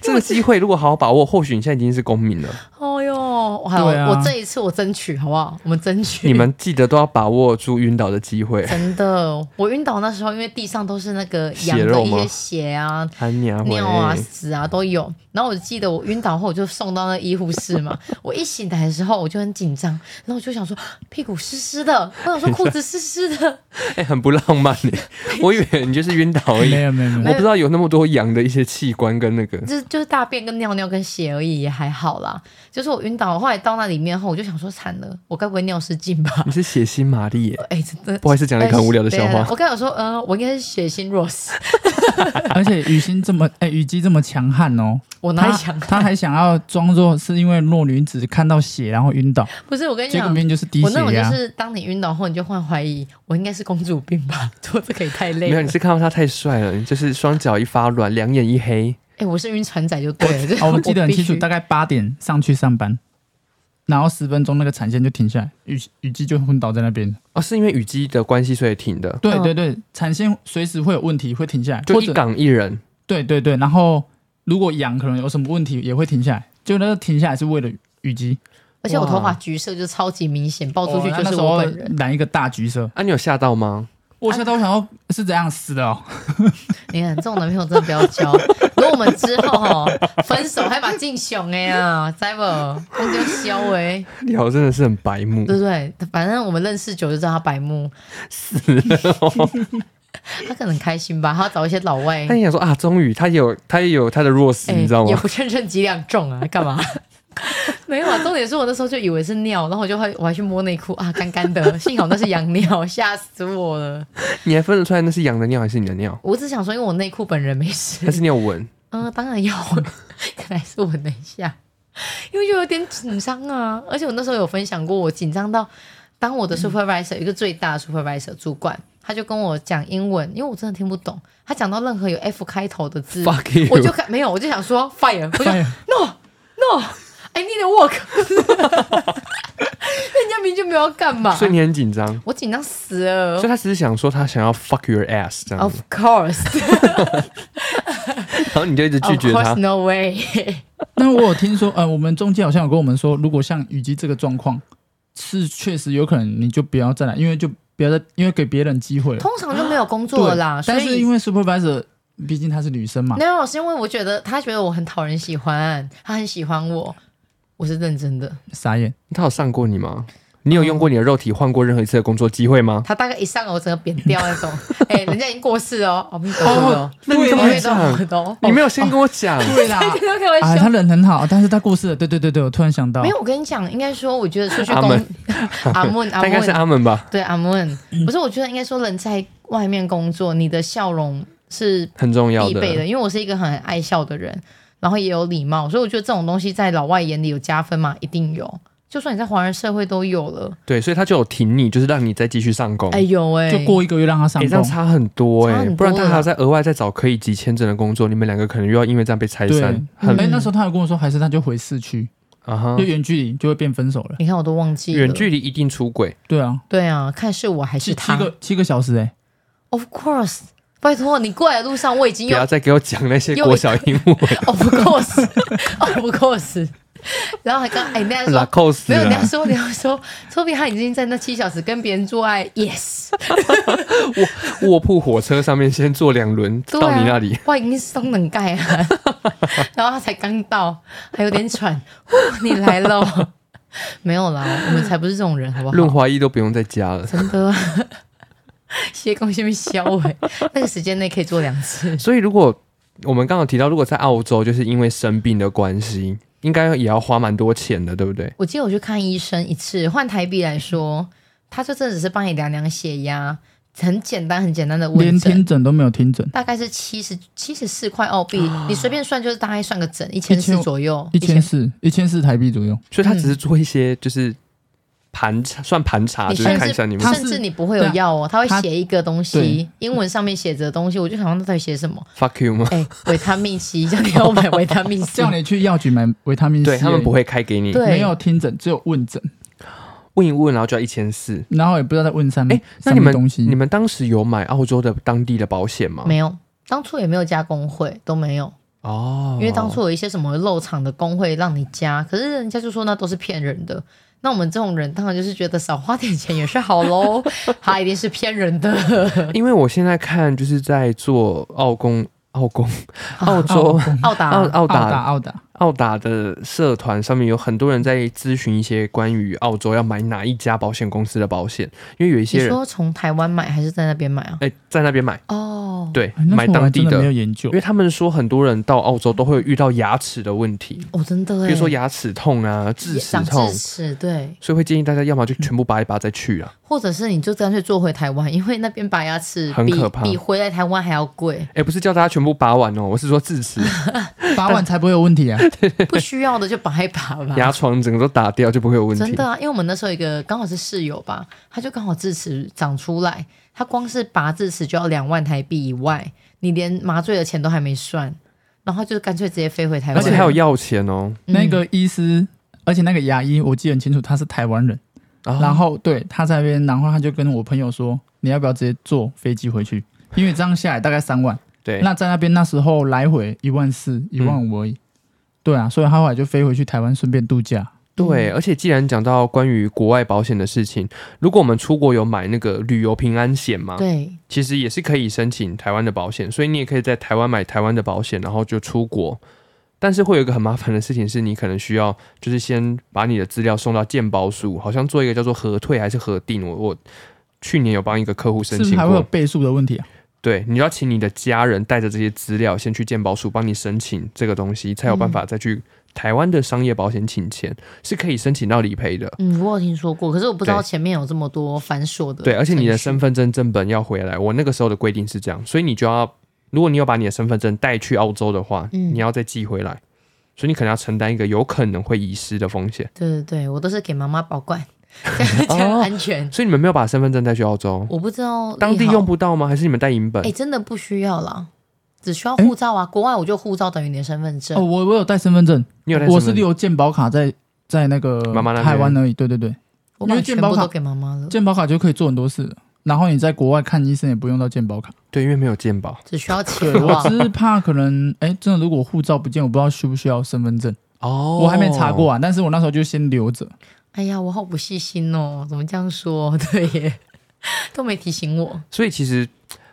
Speaker 1: 这个机会如果好好把握，或许你现在已经是公民了。
Speaker 2: 哦哟，我还有、
Speaker 3: 对啊
Speaker 2: 我这一次我争取好不好？我们争取。
Speaker 1: 你们记得都要把握住晕倒的机会。
Speaker 2: 真的，我晕倒那时候，因为地上都是那个
Speaker 1: 血
Speaker 2: 羊的
Speaker 1: 肉
Speaker 2: 一
Speaker 1: 吗
Speaker 2: 些血啊、
Speaker 1: 安妮啊，
Speaker 2: 尿啊、
Speaker 1: 喂
Speaker 2: 屎啊都有。然后我记得我晕倒后，我就送到那医护室 嘛。我一醒来的时候，我就很紧张，然后我就想说屁股湿湿的，我想说裤子湿湿 的，
Speaker 1: 哎、很不浪漫 耶。我以为你就是晕倒而已，
Speaker 3: 没有没有
Speaker 1: 我
Speaker 3: 没有，
Speaker 1: 不知道有那么多羊的一些器官跟那 个。
Speaker 2: 就是就是大便跟尿尿跟血而已，也还好啦。就是我晕倒，后来到那里面后，我就想说惨了，我该不会尿失禁吧？
Speaker 1: 你是血腥玛丽耶，
Speaker 2: 哎、真的。
Speaker 1: 不好意思，讲了一个很无聊的笑
Speaker 2: 对啊
Speaker 1: 话。
Speaker 2: 我刚有说，呃，我应该是血腥 Rose，
Speaker 3: 而且雨欣这么哎、雨姬这么强悍哦，
Speaker 2: 我哪
Speaker 3: 她
Speaker 2: 里想？
Speaker 3: 她还想要装作是因为弱女子看到血然后晕倒，
Speaker 2: 不是我跟你
Speaker 3: 结果
Speaker 2: 讲
Speaker 3: 明，明就是低
Speaker 2: 哎我
Speaker 3: 血啊
Speaker 2: 那种就
Speaker 1: 啊
Speaker 3: 压。
Speaker 2: 是当你晕倒后，你就会怀疑我应该是公主病吧？ 做这个也太累
Speaker 1: 没有，
Speaker 2: 了
Speaker 1: 你。是看到他太帅了，你就是双脚一发软，两眼一黑。
Speaker 2: 哎、我是晕船仔就对了。这
Speaker 3: 哦，我记得很清楚，
Speaker 2: 必须
Speaker 3: 大概八点上去上班，然后十分钟那个产线就停下来，雨雨季就昏倒在那边。
Speaker 1: 哦，是因为雨姬的关系所以停的，
Speaker 3: 对
Speaker 2: 嗯
Speaker 3: 对对，产线随时会有问题会停下来，
Speaker 1: 就
Speaker 3: 或
Speaker 1: 一
Speaker 3: 者
Speaker 1: 港一人。
Speaker 3: 对对对，然后如果羊可能有什么问题也会停下来，就那个停下来是为了雨季，
Speaker 2: 而且我头
Speaker 1: 哇
Speaker 2: 发橘色就超级明显，爆出去
Speaker 3: 哦
Speaker 2: 就
Speaker 3: 那
Speaker 2: 是
Speaker 3: 时
Speaker 2: 我
Speaker 3: 候
Speaker 2: 本人。
Speaker 3: 染一个大橘色，啊
Speaker 1: 啊，你有吓到吗？
Speaker 3: 我吓到我想要是怎样死的 哦，
Speaker 2: 你看这种男朋友真的不要交。如果我们之后哦分手，还把敬雄哎呀，知不？那就消哎，
Speaker 1: 聊真的是很白目
Speaker 2: 对，不对？反正我们认识久就知道他白目， 死了、他可能开心吧，他要找一些老外
Speaker 3: 哎
Speaker 1: 但，你想说啊，终于他也有他也有他的弱势，
Speaker 2: 哎
Speaker 1: 你知道
Speaker 2: 也
Speaker 1: 吗？
Speaker 2: 不称称几两重啊，干嘛？ 没有啊，重点是我那时候就以为是尿，然后我就会我还去摸内裤啊，干干的，幸好那是羊尿，吓死我了。
Speaker 1: 你还分得出来那是羊的尿还是你的尿？
Speaker 2: 我只想说，因为我内裤本人没事
Speaker 1: 还，是你有闻？
Speaker 2: 嗯，当 然要，看来是闻了一下，因为就有点紧张啊。而且我那时候有分享过，我紧张到当
Speaker 1: 嗯
Speaker 2: 我的 supervisor、有一个最大的 supervisor 主管，他就跟我讲英文，因为我真的听不懂。他讲到任何有 F 开头的字
Speaker 1: Fuck you
Speaker 2: 嗯我就 看没有，我就想说 fire，我就
Speaker 3: Fire
Speaker 2: no no，I need a work，人家明明就没有要干嘛，
Speaker 1: 所以你很紧张，
Speaker 2: 我紧张死了
Speaker 1: 所以。他只是想说他想要 fuck your ass 这样
Speaker 2: Of
Speaker 1: 子，
Speaker 2: course，Of
Speaker 1: 然后你就一直拒绝他
Speaker 2: 哦 course，。no way。
Speaker 3: 那我有听说，呃，我们中介好像有跟我们说，如果像雨姬这个状况，是确实有可能你就不要再来，因为就不要再，因为给别人机会了。
Speaker 2: 通常就没有工作
Speaker 3: 对
Speaker 2: 了
Speaker 1: 啊
Speaker 2: 啦，所
Speaker 3: 但
Speaker 2: 以
Speaker 3: 是因为 supervisor 毕竟她是女生嘛，
Speaker 2: 没有，是因为我觉得他觉得我很讨人喜欢，他很喜欢我，我是认真的。
Speaker 3: 傻 眼。
Speaker 1: 他有上过你吗？你有用过你的肉体换过任何一次的工作机会吗？
Speaker 2: 他大概一上来我整个扁掉那种，哎、人家已经过世了哦，我们懂
Speaker 1: 哦
Speaker 2: 了，
Speaker 1: 那你
Speaker 2: 对
Speaker 1: 怎么
Speaker 2: 我也
Speaker 1: 会这
Speaker 2: 懂
Speaker 1: 样
Speaker 2: 我懂。
Speaker 1: 你没有先跟我
Speaker 2: 哦
Speaker 1: 讲，
Speaker 3: 对啦，
Speaker 2: 开玩
Speaker 3: 哎，
Speaker 2: 笑，
Speaker 3: 她人很好，但是她过世了。对对对对，我突然想到，
Speaker 2: 没有，我跟你讲，应该说，我觉得出去工
Speaker 1: 阿门，
Speaker 2: 阿闷阿
Speaker 1: 他应该是
Speaker 2: 闷，
Speaker 1: 阿门吧，
Speaker 2: 对阿闷，不是，我觉得应该说人在外面工作，你的笑容是
Speaker 1: 很重要
Speaker 2: 必备
Speaker 1: 的。
Speaker 2: 的，因为我是一个很爱笑的人，然后也有礼貌，所以我觉得这种东西在老外眼里有加分嘛，一定有，就算你在华人社会都有了。
Speaker 1: 对，所以他就有挺你，就是让你再继续上工。
Speaker 2: 哎呦喂，
Speaker 3: 就过一个月让她上
Speaker 1: 哎、这样
Speaker 3: 工。
Speaker 1: 差很多哎、
Speaker 2: 差很多
Speaker 1: 不然他
Speaker 2: 了
Speaker 1: 还要再额外再找可以集签证的工作，你们两个可能又要因为这样被拆
Speaker 3: 对
Speaker 1: 散，，
Speaker 3: 哎
Speaker 1: 很、
Speaker 2: 嗯
Speaker 3: 那时候她有跟我说，还是她就回市区，
Speaker 1: 啊哈
Speaker 3: 就，远距离就会变分手了。
Speaker 2: 你看我都忘记了。
Speaker 1: 远距离一定出轨，
Speaker 3: 对啊，
Speaker 2: 对啊，看是我还
Speaker 3: 七
Speaker 2: 是
Speaker 3: 七
Speaker 2: 他
Speaker 3: 个七个小时哎、
Speaker 2: ？Of course，拜托你过来的路上我已经
Speaker 1: 不
Speaker 2: 用
Speaker 1: 要再给我讲那些
Speaker 2: 又
Speaker 1: 国小英文
Speaker 2: Of course，Of course，然 后还刚哎，人家
Speaker 1: 拉
Speaker 2: 说
Speaker 1: 扣死
Speaker 2: 没有，人家
Speaker 1: 了。
Speaker 2: 说，人家说，说不定他已经在那七小时跟别人做爱，yes，
Speaker 1: 卧铺火车上面先坐两轮
Speaker 2: 对啊
Speaker 1: 到你那里，
Speaker 2: 我已经松冷盖了， 然后他才刚到，还有点喘，呼你 来了，没有啦，我们才不是这种人，好不
Speaker 1: 润
Speaker 2: 好？
Speaker 1: 滑液都不用再加了。
Speaker 2: 真的，啊 谢公先被削哎，那个时间内可以做两次，
Speaker 1: 所以如果我们刚刚有提到，如果在澳洲就是因为生病的关系，应该也要花蛮多钱的，对不对？
Speaker 2: 我记得我去看医生一次，换台币来说，他就真的只是帮你量量血压，很简单很简单的
Speaker 3: 连
Speaker 2: 问诊，
Speaker 3: 听诊都没有听诊，
Speaker 2: 大概是七十七十四块澳币，你随便算就是大概算个整一千四
Speaker 3: 1400
Speaker 2: 左右，
Speaker 3: 啊一千四一千四台币左右。
Speaker 1: 所以他只是做一些就是盘查，算盘查，
Speaker 2: 嗯你
Speaker 1: 啊就是
Speaker 2: 甚
Speaker 1: 看一
Speaker 2: 至
Speaker 1: 下你们
Speaker 3: 他
Speaker 2: 甚至你不会有药哦，他会
Speaker 3: 他
Speaker 2: 写一个东西，英文上面写着的东西，我就想到到底写什 么？
Speaker 1: fuck you 吗？
Speaker 2: 哎，维他命 C，叫你要买维他命 C，
Speaker 3: 叫你去药局买维他命 C，
Speaker 1: 对他们不
Speaker 3: 会
Speaker 1: 会开给你，
Speaker 2: 对
Speaker 3: 没有听诊，只有问诊，
Speaker 1: 问一问然后就要一千四。
Speaker 3: 然后也不知道在问上面。
Speaker 1: 哎，那你
Speaker 3: 上面
Speaker 1: 们
Speaker 3: 嗯东西
Speaker 1: 你们当时有买澳洲的当地的保险吗？
Speaker 2: 没有。当初也没有加工会，都没有，
Speaker 1: 哦，
Speaker 2: 因为当初有一些什么漏场的工会让你加，可是人家就说那都是骗人的。那我们这种人当然就是觉得少花点钱也是好喽， 他一定是骗人的。
Speaker 1: 因为我现在看就是在做澳工、澳工、澳洲、
Speaker 2: 澳达
Speaker 1: 澳澳
Speaker 3: 啊澳打
Speaker 1: 打、
Speaker 3: 澳打，
Speaker 1: 澳打的社团上面有很多人在咨询一些关于澳洲要买哪一家保险公司的保险，因为有一些
Speaker 2: 你
Speaker 1: 人
Speaker 2: 说从台湾买还是在那边买啊？
Speaker 1: 哎、在那边买，
Speaker 2: 哦，
Speaker 1: 对，
Speaker 3: 哎那时候
Speaker 1: 买
Speaker 3: 我还
Speaker 1: 当地
Speaker 3: 真的没有
Speaker 1: 的。
Speaker 3: 研究
Speaker 1: 因为，他们说很多人到澳洲都会遇到牙齿的问题，
Speaker 2: 哦，真的哎，
Speaker 1: 比如说牙齿痛啊、智齿
Speaker 2: 长
Speaker 1: 痛
Speaker 2: 智，齿，对，
Speaker 1: 所以会建议大家要么就全部拔一拔再去啊。
Speaker 2: 或者是你就干脆坐回台湾，因为那边拔牙齿
Speaker 1: 很
Speaker 2: 比
Speaker 1: 可怕，
Speaker 2: 比回来台湾还要贵
Speaker 1: 哎、不是叫大家全部拔完哦，我是说智齿、
Speaker 3: 拔完才不会有问题啊。
Speaker 2: 不需要的就拔一拔吧。
Speaker 1: 牙床整个都打掉就不会有问
Speaker 2: 真
Speaker 1: 题
Speaker 2: 的。啊，因为我们那时候有一个刚好是室友吧，他就刚好智齿长出来，他光是拔智齿就要两万台币以外，你连麻醉的钱都还没算，然后就干脆直接飞回台
Speaker 1: 而
Speaker 2: 湾，
Speaker 1: 且还有要钱哦。
Speaker 2: 嗯
Speaker 3: 那个医师，而且那个牙医，我记得很清楚，他是台湾人。
Speaker 1: 哦
Speaker 3: 然后对他在那边，然后他就跟我朋友说，你要不要直接坐飞机回去？因为这样下来大概三万，
Speaker 1: 对，嗯
Speaker 3: 那在嗯那边那时候来回一万四、一万五而已。对啊，所以他后来就飞回去台湾，顺便度假。
Speaker 1: 对，而且既然讲到关于国外保险的事情，如果我们出国有买那个旅游平安险嘛，
Speaker 2: 对，
Speaker 1: 其实也是可以申请台湾的保险，所以你也可以在台湾买台湾的保险，然后就出国。但是会有一个很麻烦的事情，是你可能需要就是先把你的资料送到健保署，好像做一个叫做核退还是核定。我我去年有帮一个客户
Speaker 3: 是
Speaker 1: 申
Speaker 3: 不是
Speaker 1: 请
Speaker 3: 还会有
Speaker 1: 过，
Speaker 3: 倍数的问题啊？
Speaker 1: 对，你要请你的家人带着这些资料先去健保署帮你申请这个东西，才有办法再去台湾的商业保险请钱，是可以申请到理赔的。
Speaker 2: 嗯，我有听说过，可是我不知道
Speaker 1: 对
Speaker 2: 前面有这么多繁琐的程序，
Speaker 1: 对，而且你的身份证正本要回来，我那个时候的规定是这样，所以你就要，如果你有把你的身份证带去澳洲的话，
Speaker 2: 嗯
Speaker 1: 你要再寄回来，所以你可能要承担一个有可能会遗失的风险。
Speaker 2: 对对对，我都是给妈妈保管，这样这样安全。
Speaker 1: 所以你们没有把身份证带去澳洲，
Speaker 2: 我不知道
Speaker 1: 哦当地
Speaker 2: 利好
Speaker 1: 用，不到吗？还是你们带银本
Speaker 2: 哎、？真的不需要啦，只需要护照啊。国外我就护照等于你的身份证。
Speaker 3: 哦，我我有带身份证，
Speaker 1: 你有带身
Speaker 3: 我
Speaker 1: 份
Speaker 3: 是
Speaker 1: 证？
Speaker 3: 留健保卡在在那个
Speaker 1: 妈妈那边
Speaker 3: 台湾而已。对对对，
Speaker 2: 我把
Speaker 3: 因为
Speaker 2: 全
Speaker 3: 健保
Speaker 2: 部
Speaker 3: 卡
Speaker 2: 都给妈妈了，
Speaker 3: 健保卡就可以做很多事了。然后你在国外看医生也不用到健保卡。
Speaker 1: 对，因为没有健保
Speaker 2: 只需要 钱
Speaker 3: 对，我
Speaker 2: 哇
Speaker 3: 只。是怕可能，哎，真的如果护照不见，我不知道需不需要身份证，
Speaker 1: 哦
Speaker 3: 我还没查过。啊。但是我那时候就先留着。
Speaker 2: 哎呀，我好不细心哦，怎么这样说？对耶， 都没提醒我。
Speaker 1: 所以其实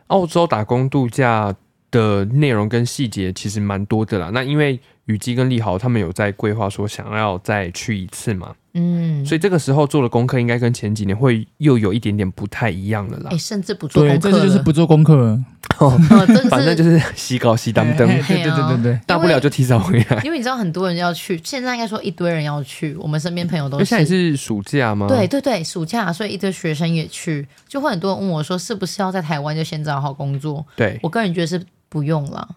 Speaker 1: 澳洲打工度假的内容跟细节其实蛮多的啦。那因为雨姬跟丽豪他们有在规划说想要再去一次嘛，
Speaker 2: 嗯，
Speaker 1: 所以这个时候做的功课应该跟前几年会又有一点点不太一样了啦
Speaker 2: 哎、。甚至不做
Speaker 3: 对，
Speaker 2: 功
Speaker 3: 这
Speaker 2: 课
Speaker 3: 次就是
Speaker 2: 了
Speaker 3: 不做功课了。
Speaker 2: 哦这个是 哦
Speaker 1: 反正就是洗稿洗当
Speaker 3: 嘿
Speaker 2: 哎
Speaker 1: 灯，
Speaker 3: 嘿对对对对对，
Speaker 1: 大不了就提早回来。
Speaker 2: 因为你知道很多人要去，现在应该说一堆人要去，我们身边朋友都
Speaker 1: 那现在也是暑假吗？
Speaker 2: 哦对，对对，暑假，所以一堆学生也去，就会很多人问我说，是不是要在台湾就先找好工作？
Speaker 1: 对，
Speaker 2: 我个人觉得是不用啦。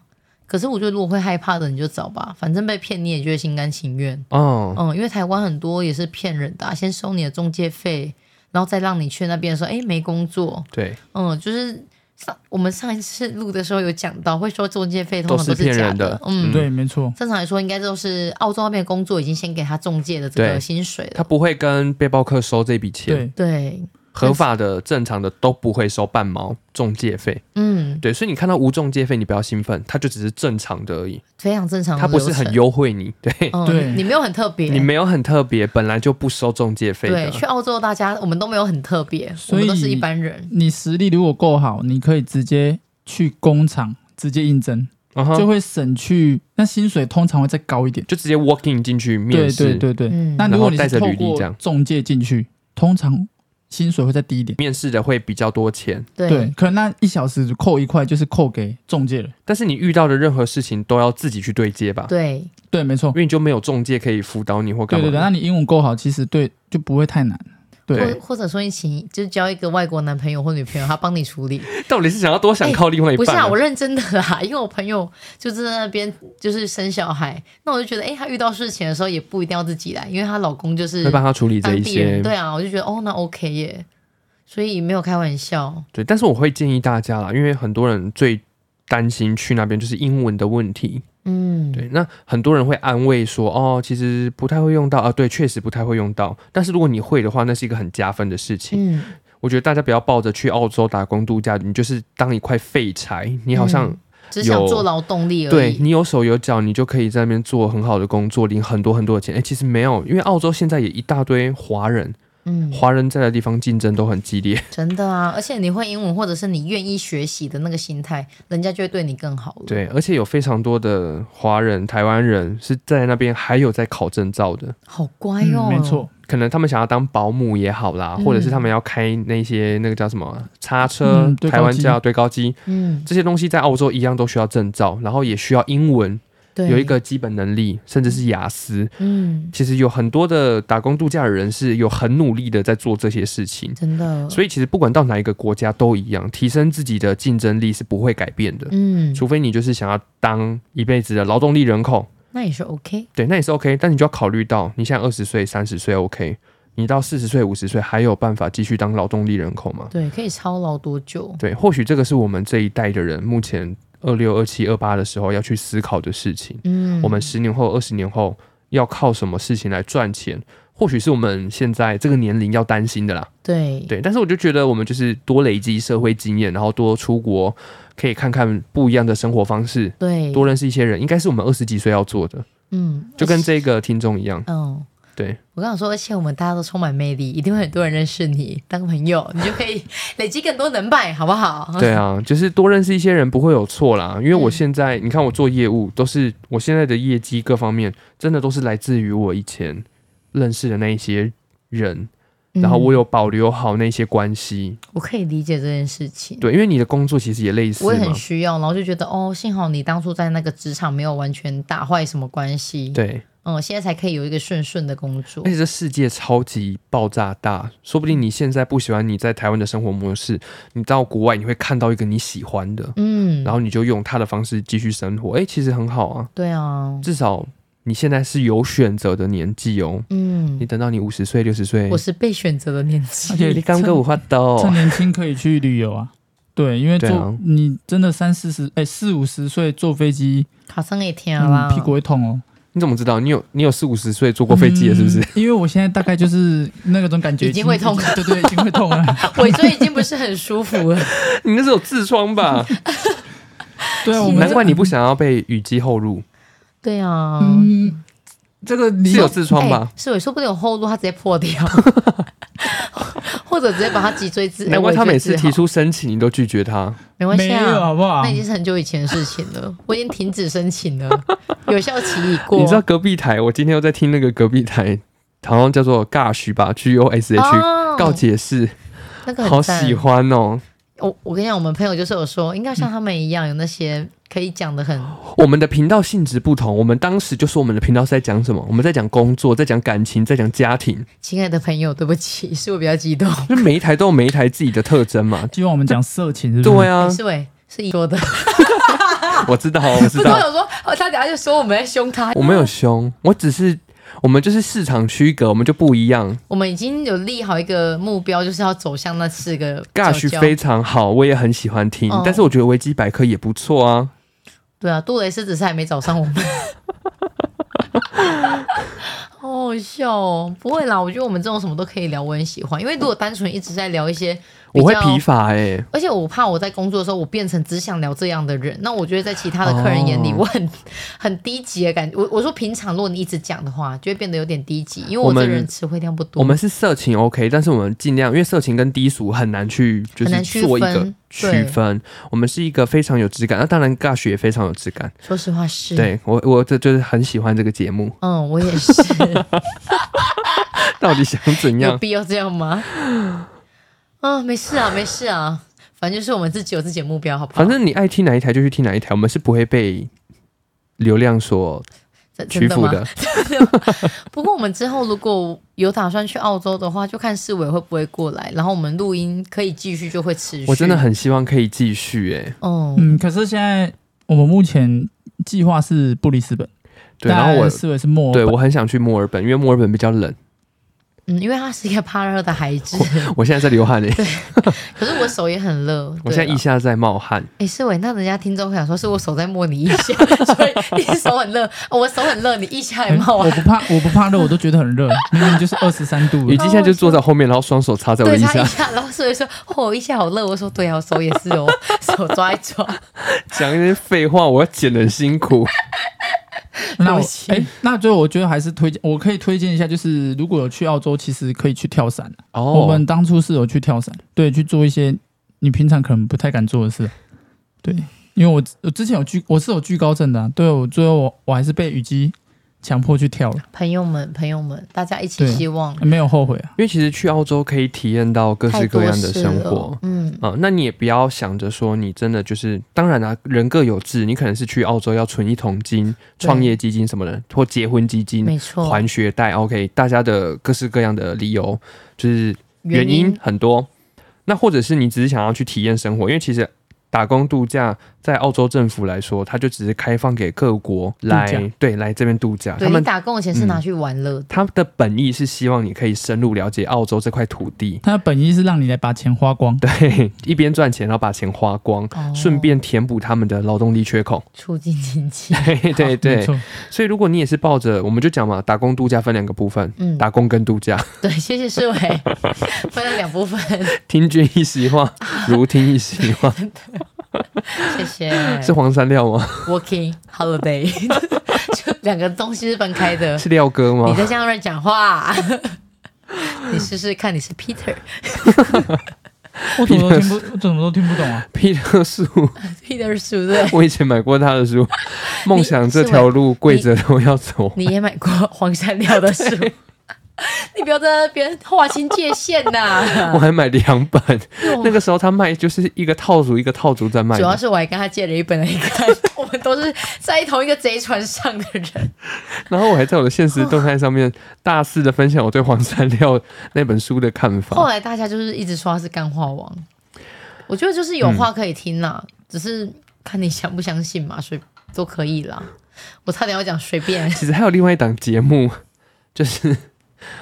Speaker 2: 可是我觉得，如果会害怕的，你就找吧，反正被骗你也觉得心甘情愿。
Speaker 1: 哦，
Speaker 2: 嗯，因为台湾很多也是骗人的啊、先收你的中介费，然后再让你去那边说，哎，没工作。
Speaker 1: 对，
Speaker 2: 嗯，就是上我们上一次录的时候有讲到，会说中介费通常
Speaker 1: 都是
Speaker 2: 都是
Speaker 1: 骗
Speaker 2: 假
Speaker 1: 人的
Speaker 2: 嗯，
Speaker 3: 对，没错，
Speaker 2: 正常来说应该都是澳洲那边的工作已经先给他中介的这
Speaker 1: 对
Speaker 2: 个薪水了
Speaker 1: 他。不会跟背包客收这笔钱，
Speaker 3: 对，
Speaker 2: 对，
Speaker 1: 合法的、正常的都不会收半毛中介费。
Speaker 2: 嗯，
Speaker 1: 对，所以你看到无中介费，你不要兴奋，它就只是正常的而已，
Speaker 2: 非常正常的
Speaker 1: 它
Speaker 2: 流
Speaker 1: 不
Speaker 2: 程。
Speaker 1: 是很优惠你，对，
Speaker 2: 嗯，
Speaker 3: 对
Speaker 2: 你没有很特别，
Speaker 1: 你没有很特别，本来就不收中介费
Speaker 2: 对，
Speaker 1: 的。
Speaker 2: 去澳洲大家我们都没有很特别，我
Speaker 3: 所以
Speaker 2: 们都是一般人。
Speaker 3: 你实力如果够好，你可以直接去工厂直接应征，
Speaker 1: 嗯哼
Speaker 3: 就会省去那薪水通常会再高一点。
Speaker 1: 就直接 walking 进去面
Speaker 3: 对
Speaker 1: 试，
Speaker 3: 对对对，
Speaker 2: 嗯
Speaker 3: 那如果你
Speaker 1: 然后带
Speaker 3: 是
Speaker 1: 着
Speaker 3: 透
Speaker 1: 履历这
Speaker 3: 过
Speaker 1: 样
Speaker 3: 中介进去，通常薪水会再低一点。
Speaker 1: 面试的会比较多钱，
Speaker 3: 对，可能那一小时扣一块就是扣给中介了。
Speaker 1: 但是你遇到的任何事情都要自己去对接吧，
Speaker 2: 对，
Speaker 3: 对，没错
Speaker 1: 因。为你就没有中介可以辅导你或干
Speaker 3: 对
Speaker 1: 嘛
Speaker 3: 对
Speaker 1: 的。
Speaker 3: 对，那你英文够好，其实对就不会太难。对，
Speaker 2: 或或者说你请就是交一个外国男朋友或女朋友，他帮你处理。
Speaker 1: 到底是想要多想靠另外一
Speaker 2: 不
Speaker 1: 半
Speaker 2: 是
Speaker 1: 啊、
Speaker 2: 啊， 我认真的啦，因为我朋友就是在那边就是生小孩，那我就觉得，哎、她遇到事情的时候也不一定要自己来，因为她老公就是
Speaker 1: 会帮他处理这
Speaker 2: 当
Speaker 1: 一
Speaker 2: 地人，
Speaker 1: 些。
Speaker 2: 对啊，我就觉得哦，那 OK 耶，所以没有开玩笑，
Speaker 1: 对，但是我会建议大家啦，因为很多人最担心去那边就是英文的问题。
Speaker 2: 嗯，
Speaker 1: 对，那很多人会安慰说，哦，其实不太会用到啊，对，确实不太会用到。但是如果你会的话，那是一个很加分的事情。
Speaker 2: 嗯，
Speaker 1: 我觉得大家不要抱着去澳洲打工度假，你就是当一块废柴，你好像、
Speaker 2: 嗯只想
Speaker 1: 有
Speaker 2: 做劳动力而
Speaker 1: 对
Speaker 2: 已，
Speaker 1: 你有手有脚，你就可以在那边做很好的工作，领很多很多的钱。哎，其实没有，因为澳洲现在也一大堆华人，
Speaker 2: 嗯，
Speaker 1: 华人在的地方竞争都很激烈。
Speaker 2: 真的啊，而且你会英文，或者是你愿意学习的那个心态，人家就会对你更好了。
Speaker 1: 对，而且有非常多的华人、台湾人是在那边还有在考证照的，
Speaker 2: 好
Speaker 1: 哎
Speaker 2: 乖
Speaker 3: 嗯
Speaker 2: 哦，
Speaker 3: 没，错，
Speaker 1: 可能他们想要当保姆也好啦，或者是
Speaker 2: 嗯
Speaker 1: 他们要开那些那个叫什么叉车、
Speaker 3: 嗯堆高
Speaker 1: 台湾
Speaker 3: 机
Speaker 1: 叫堆高机
Speaker 2: 嗯，
Speaker 1: 这些东西，在澳洲一样都需要证照，然后也需要英文，
Speaker 2: 对，
Speaker 1: 有一，个基本能力，甚至是雅思。
Speaker 2: 嗯，
Speaker 1: 其实有很多的打工度假的人是有很努力的在做这些事情，
Speaker 2: 真的，
Speaker 1: 所以其实不管到哪一个国家都一样，提升自己的竞争力是不会改变的，
Speaker 2: 嗯，
Speaker 1: 除非你就是想要当一辈子的劳动力人口，
Speaker 2: 那也是 OK，
Speaker 1: 对，那也是 OK，但你就要考虑到你现在二十岁、三十岁 OK，你到四十岁、五十岁还有办法继续当劳动力人口吗？
Speaker 2: 对，可以操劳多久？
Speaker 1: 对，或许这个是我们这一代的人目前二六、二七、二八的时候要去思考的事情。
Speaker 2: 嗯，
Speaker 1: 我们十年后、二十年后要靠什么事情来赚钱，或许是我们现在这个年龄要担心的啦。
Speaker 2: 对
Speaker 1: 对，但是我就觉得我们就是多累积社会经验，然后多出国，可以看看不一样的生活方式，
Speaker 2: 对
Speaker 1: 多认识一些人，应该是我们二十几岁要做的，
Speaker 2: 嗯，
Speaker 1: 就跟这个听众一样。
Speaker 2: 嗯。
Speaker 1: 对，
Speaker 2: 我刚想说，而且我们大家都充满魅力，一定会很多人认识你，当朋友，你就可 以累积更多能拜，好不好？
Speaker 1: 对啊，就是多认识一些人不会有错啦。因为我
Speaker 2: 嗯
Speaker 1: 现在，你看我做业务，都是我现在的业绩各方面，真的都是来自于我以前认识的那一些人，
Speaker 2: 嗯，
Speaker 1: 然后我有保留好那些关系。
Speaker 2: 我可以理解这件事情，
Speaker 1: 对，因为你的工作其实也类似
Speaker 2: 我也
Speaker 1: 嘛
Speaker 2: 很。需要，然后就觉得哦，幸好你当初在那个职场没有完全打坏什么关系，
Speaker 1: 对，
Speaker 2: 嗯，现在才可以有一个顺顺的工作
Speaker 1: 而。且这世界超级爆炸大，说不定你现在不喜欢你在台湾的生活模式，你到国外你会看到一个你喜欢的，
Speaker 2: 嗯，
Speaker 1: 然后你就用他的方式继续生活，诶，其实很好啊，
Speaker 2: 对啊，
Speaker 1: 至少你现在是有选择的年纪哦。你
Speaker 2: 嗯，
Speaker 1: 等到你五十岁、六十岁
Speaker 2: 我，是被选择的年
Speaker 3: 而
Speaker 2: 纪，
Speaker 3: 且
Speaker 1: 你刚跟我发
Speaker 3: 哦
Speaker 1: 抖，
Speaker 3: 趁年轻可以去旅游啊。对，因为坐、
Speaker 1: 对啊
Speaker 3: 你真的三四十，哎，四五十岁坐飞机，
Speaker 2: 卡上也
Speaker 1: 哎
Speaker 2: 天
Speaker 3: 嗯
Speaker 2: 啦，，
Speaker 3: 屁股会痛哦。
Speaker 1: 你怎么知道？你有你有四五十岁坐过飞机了，是不是？
Speaker 3: 嗯因为我现在大概就是那种感觉，
Speaker 2: 已经会痛
Speaker 3: 对对，已经会痛了。
Speaker 2: 尾椎已经不是很舒服了。
Speaker 1: 你那是有痔疮 吧？
Speaker 3: 对啊，我们
Speaker 1: 难
Speaker 3: 这
Speaker 1: 怪你不想要被雨季后入，
Speaker 2: 对啊，
Speaker 3: 嗯，这个你
Speaker 1: 是有痔疮吧
Speaker 2: 哎？是尾，说不定有后路，它直接 破掉，或者直接把它脊椎治。哎
Speaker 1: 难怪他每次
Speaker 2: 尾椎治
Speaker 1: 提
Speaker 2: 好
Speaker 1: 出申请，你都拒绝他。
Speaker 2: 没关
Speaker 3: 没
Speaker 2: 系
Speaker 3: 有
Speaker 2: 啊，
Speaker 3: 好不好
Speaker 1: 哎
Speaker 2: 那？已经是很久以前的事情了，我已经停止申请了，有效期已过。
Speaker 1: 你知道隔壁台？我今天又在听那个隔壁台，好像叫做 Gush 吧，G O S H，
Speaker 2: 哦
Speaker 1: 告解释，
Speaker 2: 那个很
Speaker 1: 好
Speaker 2: 赞
Speaker 1: 喜欢哦。
Speaker 2: 我我跟你讲，我们朋友就是有说，应该像他们一样，有那些可以讲的很，
Speaker 1: 我们的频道性质不同，我们当时就说我们的频道是在讲什么？我们在讲工作，在讲感情，在讲家庭，
Speaker 2: 亲爱的朋友，对不起，是我比较激动。
Speaker 1: 就每一台都有每一台自己的特征嘛。
Speaker 3: 希望我们讲色情，是不是？
Speaker 1: 对啊
Speaker 2: 哎，是伟是你说的，
Speaker 1: 我知道，我
Speaker 2: 不
Speaker 1: 知
Speaker 2: 是我
Speaker 1: 道，
Speaker 2: 想说，哦，他等下就说我们在凶他，
Speaker 1: 我没有凶，我只是我们就是市场区隔，我们就不一样。
Speaker 2: 我们已经有立好一个目标，就是要走向那四个角
Speaker 1: Gush
Speaker 2: 角。
Speaker 1: 非常好，我也很喜欢听，
Speaker 2: 哦
Speaker 1: 但是我觉得维基百科也不错啊。
Speaker 2: 对啊，杜蕾斯只是还没找上我们。好好笑哦！不会啦，我觉得我们这种什么都可以聊，我很喜欢。因为如果单纯一直在聊一些，
Speaker 1: 我会疲，乏哎、
Speaker 2: 而且我怕我在工作的时候，我变成只想聊这样的人，那我觉得在其他的客人眼里，
Speaker 1: 哦
Speaker 2: 我很很低级的感觉。我我说平常如果你一直讲的话，就会变得有点低级，因为
Speaker 1: 我
Speaker 2: 我这
Speaker 1: 们
Speaker 2: 个人词汇量不多。
Speaker 1: 我们是色情 OK，但是我们尽量，因为色情跟低俗很难去就
Speaker 2: 很
Speaker 1: 是
Speaker 2: 难区
Speaker 1: 做一个
Speaker 2: 分
Speaker 1: 区
Speaker 2: 对
Speaker 1: 分。我们是一个非常有质感，那当然 Gush 也非常有质感。
Speaker 2: 说实话是，
Speaker 1: 对我，我这就是很喜欢这个节目。
Speaker 2: 嗯，我也是。
Speaker 1: 到底想怎
Speaker 2: 有
Speaker 1: 样？
Speaker 2: 必要这样吗？啊，没事啊，没事啊，反正就是我们自己有自己的目标，好不 好？
Speaker 1: 反正你爱听哪一台就去听哪一台，我们是不会被流量所
Speaker 2: 正
Speaker 1: 屈服
Speaker 2: 的
Speaker 1: 的
Speaker 2: 吗。真的吗不过我们之后如果有打算去澳洲的话，就看市委会不会过来，然后我们录音可以继续，就会持续。
Speaker 1: 我真的，很希望可以继续哎、
Speaker 2: 哦、
Speaker 3: 嗯，可是现在我们目前计划是布里斯本，
Speaker 1: 对，然后我
Speaker 3: 思维是墨
Speaker 1: 对
Speaker 3: 尔本
Speaker 1: 我很想去墨尔本，因为墨尔本比较冷。
Speaker 2: 嗯，因为它是一个怕热的孩子，
Speaker 1: 我现在在流
Speaker 2: 啊
Speaker 1: 汗哎、
Speaker 2: 可是我手也很热。
Speaker 1: 我现在
Speaker 2: 对
Speaker 1: 一
Speaker 2: 啦，
Speaker 1: 下在冒汗。
Speaker 2: 哎，市委，那人家听众会想说是我手在摸你一下， 所以你手很热，哦我手很热，你一下也冒啊
Speaker 3: 我
Speaker 1: 嗯
Speaker 2: 汗。
Speaker 3: 不怕，我不怕热，我都觉得很热，明明就是二十三度
Speaker 1: 雨
Speaker 3: 了。
Speaker 1: 姬现在就坐在后面，然后双手插在我的
Speaker 2: 对
Speaker 1: 腋
Speaker 2: 他
Speaker 1: 下
Speaker 2: 一，下，然后所以说，哦，我一下好热。我说对啊，我手也是哦， 手抓一抓。
Speaker 1: 讲一些废话，我要剪得很辛 苦。
Speaker 3: 那我
Speaker 2: 对不起
Speaker 3: 哎、那最后我觉得还是推荐，我可以推荐一下，就是如果有去澳洲，其实可以去跳伞。啊
Speaker 1: 哦
Speaker 3: 我们当初是有去跳伞，对，去做一些你平常可能不太敢做的事。对，因为我我之前有惧，我是有惧高症的啊、对我最后我我还是被雨姬强迫去跳了，
Speaker 2: 朋友们，朋友们，大家一起
Speaker 3: 对
Speaker 2: 希望
Speaker 3: 没有后悔啊。
Speaker 1: 因为其实去澳洲可以体验到各式
Speaker 2: 太
Speaker 1: 各
Speaker 2: 多
Speaker 1: 样的
Speaker 2: 事
Speaker 1: 生活
Speaker 2: 了。。嗯，
Speaker 1: 啊、那你也不要想着说你真的就是，当然啦、人各有志，你可能是去澳洲要存一桶金、创业基金什么的，或结婚基金、
Speaker 2: 没错，
Speaker 1: 还学贷，OK，大家的各式各样的理由，就是原因很多。那或者是你只是想要去体验生活，因为其实打工度假在澳洲政府来说，它就只是开放给各国
Speaker 3: 度
Speaker 1: 来对来这边度假，
Speaker 2: 对
Speaker 1: 他
Speaker 2: 你
Speaker 1: 们
Speaker 2: 打工的钱是拿去玩乐的，
Speaker 1: 他的本意是希望你可以深入了解澳洲这块土地，
Speaker 3: 他的本意是让你来把钱花光，
Speaker 1: 对， 一边赚钱，然后把钱花光，
Speaker 2: 哦
Speaker 1: 顺便填补他们的劳动力缺 口。
Speaker 2: 促进经 济。
Speaker 1: 对对
Speaker 3: 没
Speaker 1: 对，
Speaker 3: 错，
Speaker 1: 所以如果你也是抱着，我们就讲嘛，打工度假分两个部分，
Speaker 2: 嗯，
Speaker 1: 打工跟度假，
Speaker 2: 对，谢谢世伟，分了两部分，
Speaker 1: 听君一席 话，如听一席话，
Speaker 2: 谢谢。
Speaker 1: 是黄山料吗？
Speaker 2: Working holiday，就两个东西是分开的。
Speaker 1: 是廖哥
Speaker 2: 你
Speaker 1: 吗？
Speaker 2: 在向人讲话，你试试看，你是 Peter，
Speaker 3: 我怎么都听不，我怎么都听不懂啊。
Speaker 1: 皮特 树，
Speaker 2: Peter 是不是？
Speaker 1: 我以前买过他的书，《梦想这条路跪着都要走》。
Speaker 2: 你也买过黄山 料的书，你不要在那边划清界限呐、
Speaker 1: 我还买两本，那个时候他卖就是一个套组一个套组在卖
Speaker 2: 主要
Speaker 1: 的，
Speaker 2: 是我还跟他借了一本来看，我们都是在同一个贼船上的人。
Speaker 1: 然后我还在我的现实动态上面大肆的分享我对黄山料那本书的看
Speaker 2: 后
Speaker 1: 法。
Speaker 2: 来大家就是一直说他是干话王，我觉得就是有话可以听啦，只是看你相不相信嘛，随都可以啦。我差点要讲随便
Speaker 1: 其实还有另外一档节目，就是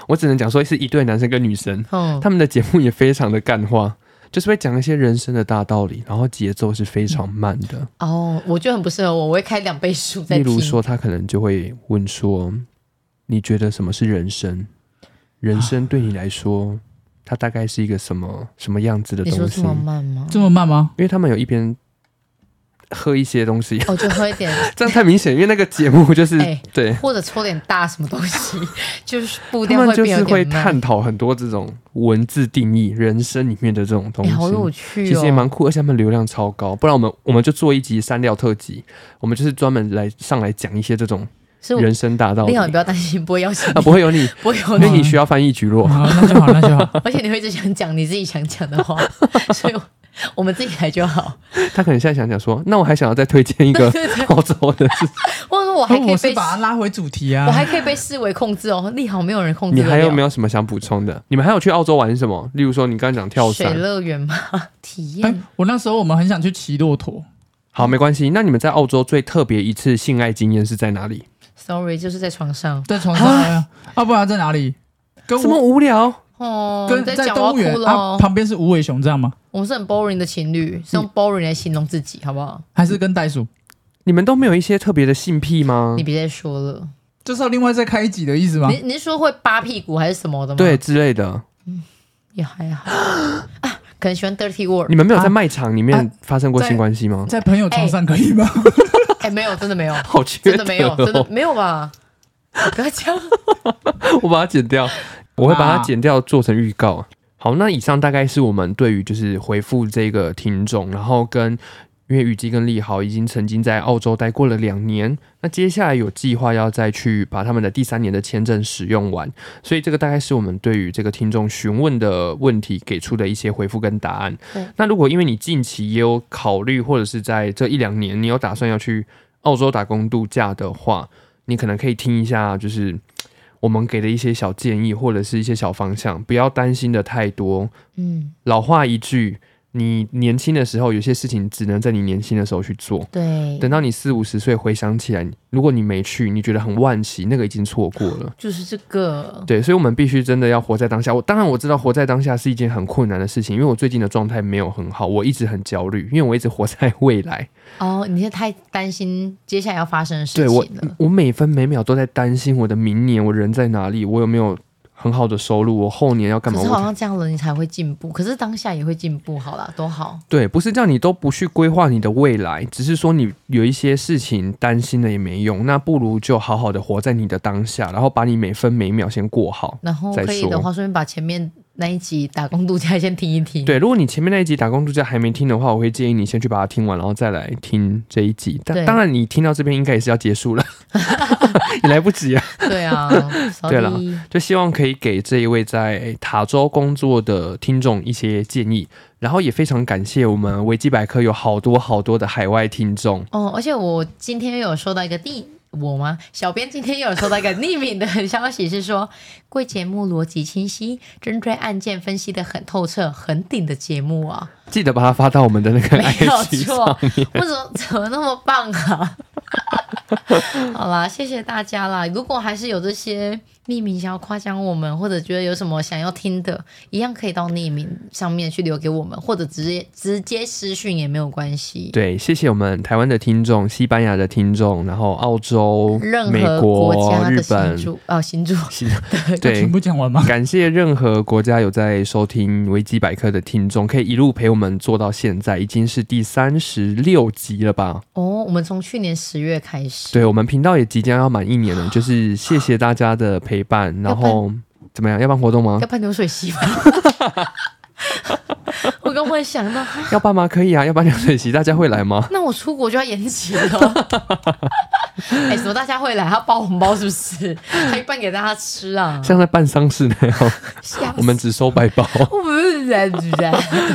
Speaker 1: 我只能讲说是一对男生跟女生，
Speaker 2: 嗯，
Speaker 1: 他们的节目也非常的干话，就是会讲一些人生的大道理，然后节奏是非常慢的。
Speaker 2: 哦，我就很不适合我，我会开两倍速在
Speaker 1: 例
Speaker 2: 听。
Speaker 1: 如说，他可能就会问说：“你觉得什么是人生？人生对你来说，它大概是一个什么什么样子的
Speaker 2: 你说
Speaker 1: 东
Speaker 2: 这
Speaker 1: 西
Speaker 2: 么慢吗？
Speaker 3: 这么慢吗？
Speaker 1: 因为他们有一边喝一些东西，
Speaker 2: 哦，就喝一点，
Speaker 1: 这样太明显，因为那个节 目就是、
Speaker 2: 哎
Speaker 1: 对
Speaker 2: 或者抽点大什么东西， 就是步
Speaker 1: 他
Speaker 2: 调
Speaker 1: 们
Speaker 2: 会
Speaker 1: 就
Speaker 2: 变
Speaker 1: 是
Speaker 2: 有
Speaker 1: 会
Speaker 2: 点慢。
Speaker 1: 探讨很多这种文字定义、人生里面的这种东
Speaker 2: 哎、
Speaker 1: 西，
Speaker 2: 好有趣哦！
Speaker 1: 其实也蛮酷，而且他们流量超高。不然我们我们就做一集三料特辑，我们就是专门来上来讲一些这种
Speaker 2: 是我
Speaker 1: 人生大道理
Speaker 2: 你好，
Speaker 1: 啊
Speaker 2: 你不，要担心，不会 邀请你，
Speaker 1: 不会有 你，
Speaker 2: 不会有
Speaker 1: 因为
Speaker 2: 你，
Speaker 1: 你需要翻译局落。
Speaker 3: 好，那就好，那 就好。
Speaker 2: 而且你会一直想讲你自己想讲的话， 所以我我们自己来就好。
Speaker 1: 他可能现在想讲说，那我还想要再推荐一 个澳洲的事，
Speaker 2: 或者说我还
Speaker 1: 哦
Speaker 2: 可
Speaker 3: 那
Speaker 2: 以
Speaker 3: 哦我是
Speaker 2: 被，
Speaker 3: 把它拉回主题啊。
Speaker 2: 我还可以被视为控制哦。 利好没有人控制
Speaker 1: 你
Speaker 2: 得了。
Speaker 1: 还有没
Speaker 2: 有
Speaker 1: 有什么想补充的？你们还有去澳洲玩什么？例如说你刚刚讲跳
Speaker 2: 水
Speaker 1: 伞，
Speaker 2: 乐园吗？ 体
Speaker 3: 哎、
Speaker 2: 验
Speaker 3: 我那时候我们很想去骑骆驼，
Speaker 1: 好，没关系。那你们在澳洲最特别一次性爱经验是在哪里？
Speaker 2: Sorry，就是在床上
Speaker 3: 在床上啊，啊不然在哪里？跟
Speaker 1: 这
Speaker 3: 我
Speaker 1: 么无聊，
Speaker 2: 哦，
Speaker 3: 跟
Speaker 2: 你在
Speaker 3: 在
Speaker 2: 讲
Speaker 3: 动物
Speaker 2: 我要
Speaker 3: 园
Speaker 2: 哭
Speaker 3: 啊，
Speaker 2: 了。哦
Speaker 3: 旁边是无尾熊这样吗？
Speaker 2: 我们是很 boring 的情侣，是用 boring 来形容自己，好不好？
Speaker 3: 还是跟袋鼠？
Speaker 1: 你们都没有一些特别的性癖吗
Speaker 2: 你？别再说了。
Speaker 3: 就是要另外再开一集的意思吗
Speaker 2: 你？你是说会扒屁股还是什么的吗？
Speaker 1: 对，，之类的，
Speaker 2: 也还好啊，可能喜欢 dirty word。
Speaker 1: 你们没有在卖场里
Speaker 2: 啊
Speaker 1: 面发生过
Speaker 3: 在
Speaker 1: 性关系吗？
Speaker 3: 在朋友床上可以吗？
Speaker 2: 哎、没有，真的没有，
Speaker 1: 好缺
Speaker 2: 真
Speaker 1: 德
Speaker 2: 的没有，真的
Speaker 1: 哦！
Speaker 2: 没有吧？我跟他讲，
Speaker 1: 我把它剪掉，我会把它剪掉做成预告。好，那以上大概是我们对于就是回复这个听众，然后跟因为雨姬跟丽豪已经曾经在澳洲待过了两年，那接下来有计划要再去把他们的第三年的签证使用完，所以这个大概是我们对于这个听众询问的问题给出的一些回复跟答案
Speaker 2: 对。
Speaker 1: 那如果因为你近期也有考虑，或者是在这一两年你有打算要去澳洲打工度假的话，你可能可以听一下，就是我们给的一些小建议或者是一些小方向，不要担心的太多。
Speaker 2: 嗯，
Speaker 1: 老话一句，你年轻的时候有些事情只能在你年轻的时候去做。
Speaker 2: 对，
Speaker 1: 等到你四五十岁回想起来，如果你没去，你觉得很惋惜，那个已经错过了。
Speaker 2: 就是这个，
Speaker 1: 对，所以我们必须真的要活在当下。我当然我知道活在当下是一件很困难的事情，因为我最近的状态没有很好，我一直很焦虑，因为我一直活在未来。
Speaker 2: 哦，你现在太担心接下来要发生的事
Speaker 1: 对我
Speaker 2: 情了，。
Speaker 1: 我每分每秒都在担心我的明年，我人在哪里，我有没有很好的收入，我后年要干
Speaker 2: 可
Speaker 1: 嘛？
Speaker 2: 是好
Speaker 1: 我
Speaker 2: 像这样了，你才会进步。可是当下也会进步，好啦，都好。
Speaker 1: 对，不是叫你都不去规划你的未来，只是说你有一些事情担心了也没用，那不如就好好的活在你的当下，然后把你每分每秒先过好。
Speaker 2: 然后
Speaker 1: 再
Speaker 2: 可以的
Speaker 1: 说
Speaker 2: 话，顺便把前面那一集打工度假先听一听。，
Speaker 1: 对，如果你前面那一集打工度假还没听的话，我会建议你先去把它听完，然后再来听这一集。但
Speaker 2: 对
Speaker 1: 当然，你听到这边应该也是要结束了， 也来不及啊。
Speaker 2: 对 啊
Speaker 1: 对啦
Speaker 2: ，sorry，
Speaker 1: 就希望可以给这一位在塔州工作的听众一些建议，然后也非常感谢我们维基百科有好多好多的海外听众。
Speaker 2: 哦，而且我今天又有收到一个地。我吗？小编今天又有收到一个匿名的消息，是说贵节目逻辑清晰，针对案件分析的很透彻，很顶的节目啊，
Speaker 1: 记得把它发到我们的那个
Speaker 2: 没有
Speaker 1: IG
Speaker 2: 错
Speaker 1: 上面。，
Speaker 2: 为什么 怎么那么棒啊？ 好啦，谢谢大家啦！如果还是有这些匿名想要夸奖我们，或者觉得有什么想要听的，一样可以到匿名上面去留给我们，或者直接直接私讯也没有关系。
Speaker 1: 对，谢谢我们台湾的听众、西班牙的听众，然后澳洲、
Speaker 2: 任
Speaker 1: 美
Speaker 2: 何家
Speaker 1: 日
Speaker 2: 的
Speaker 1: 本
Speaker 2: 新，主哦，新主
Speaker 1: 新
Speaker 3: 全
Speaker 1: 对，
Speaker 3: 部讲完吗？
Speaker 1: 感谢任何国家有在收听维基百科的听众，可以一路陪我们做到现在，已经是第三十六集了吧？
Speaker 2: 哦，我们从去年十月开始，
Speaker 1: 对我们频道也即将要满一年 了，就是谢谢大家的陪伴，然后怎么样？要办活动吗
Speaker 2: 要？办流水席吗？ 我刚忽然想到，
Speaker 1: 要办吗？可以啊，要办流水席，大家会来吗？
Speaker 2: 那我出国就要延期了。 哎、什么大家会来？他包红包是不是？还办给大家吃啊？
Speaker 1: 像在办丧事那 样，
Speaker 2: 吓死
Speaker 1: 我们只收白包，
Speaker 2: 我不是人，不是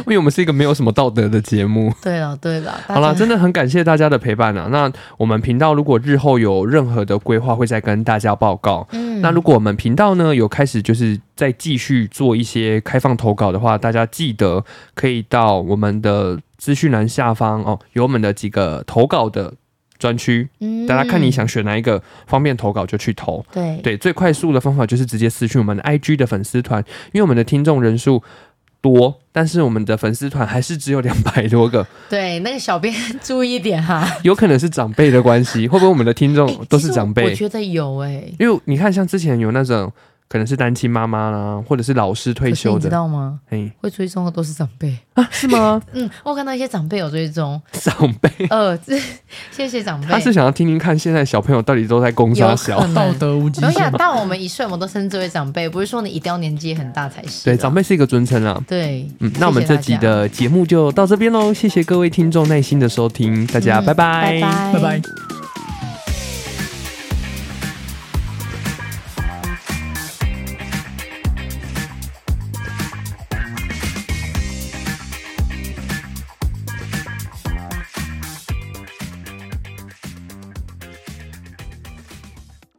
Speaker 1: 因为我们是一个没有什么道德的节 目。
Speaker 2: 对了对了，
Speaker 1: 好啦，
Speaker 2: 大家
Speaker 1: 真的很感谢大家的陪伴啊！那我们频道如果日后有任何的规划，会再跟大家报告。
Speaker 2: 嗯
Speaker 1: 那如果我们频道呢有开始就是再继续做一些开放投稿的话，大家记得可以到我们的资讯栏下方哦，有我们的几个投稿的专区，
Speaker 2: 嗯
Speaker 1: 大家看你想选哪一个，方便投稿就去投。
Speaker 2: 对
Speaker 1: 对，最快速的方法就是直接私讯我们的 IG 的粉丝团，因为我们的听众人数多，但是我们的粉丝团还是只有两百多个，
Speaker 2: 对，那个小编 注意一点哈。哎
Speaker 1: 有可能是长辈的关系，会不会我们的听众哦都是长辈？
Speaker 2: 我觉得有哎、
Speaker 1: 因为你看，像之前有那种可能是单亲妈妈啦，或者是老师退
Speaker 2: 可是
Speaker 1: 休
Speaker 2: 你知
Speaker 1: 的，
Speaker 2: 道吗？
Speaker 1: 哎，
Speaker 2: 会追踪的都是长辈。
Speaker 1: 是吗？
Speaker 2: 嗯，我看到一些长辈有追踪，
Speaker 1: 长辈，
Speaker 2: 呃， 这谢谢长辈。
Speaker 1: 他是想要听听看现在小朋友到底都在攻
Speaker 2: 有
Speaker 1: 啥
Speaker 2: 可
Speaker 1: 小。
Speaker 2: 能
Speaker 3: 哦道德无极
Speaker 2: 没有呀，
Speaker 3: 限。
Speaker 2: 到我们一岁，我们都称之为长辈，不是说你一定要年纪很大才是啊。
Speaker 1: 对，长辈是一个尊称啦。
Speaker 2: 对，
Speaker 1: 嗯，那我们这集的节目就到这边喽，谢谢各位听众耐心的收听，大家
Speaker 2: 嗯
Speaker 1: 拜
Speaker 2: 拜拜
Speaker 3: 拜拜。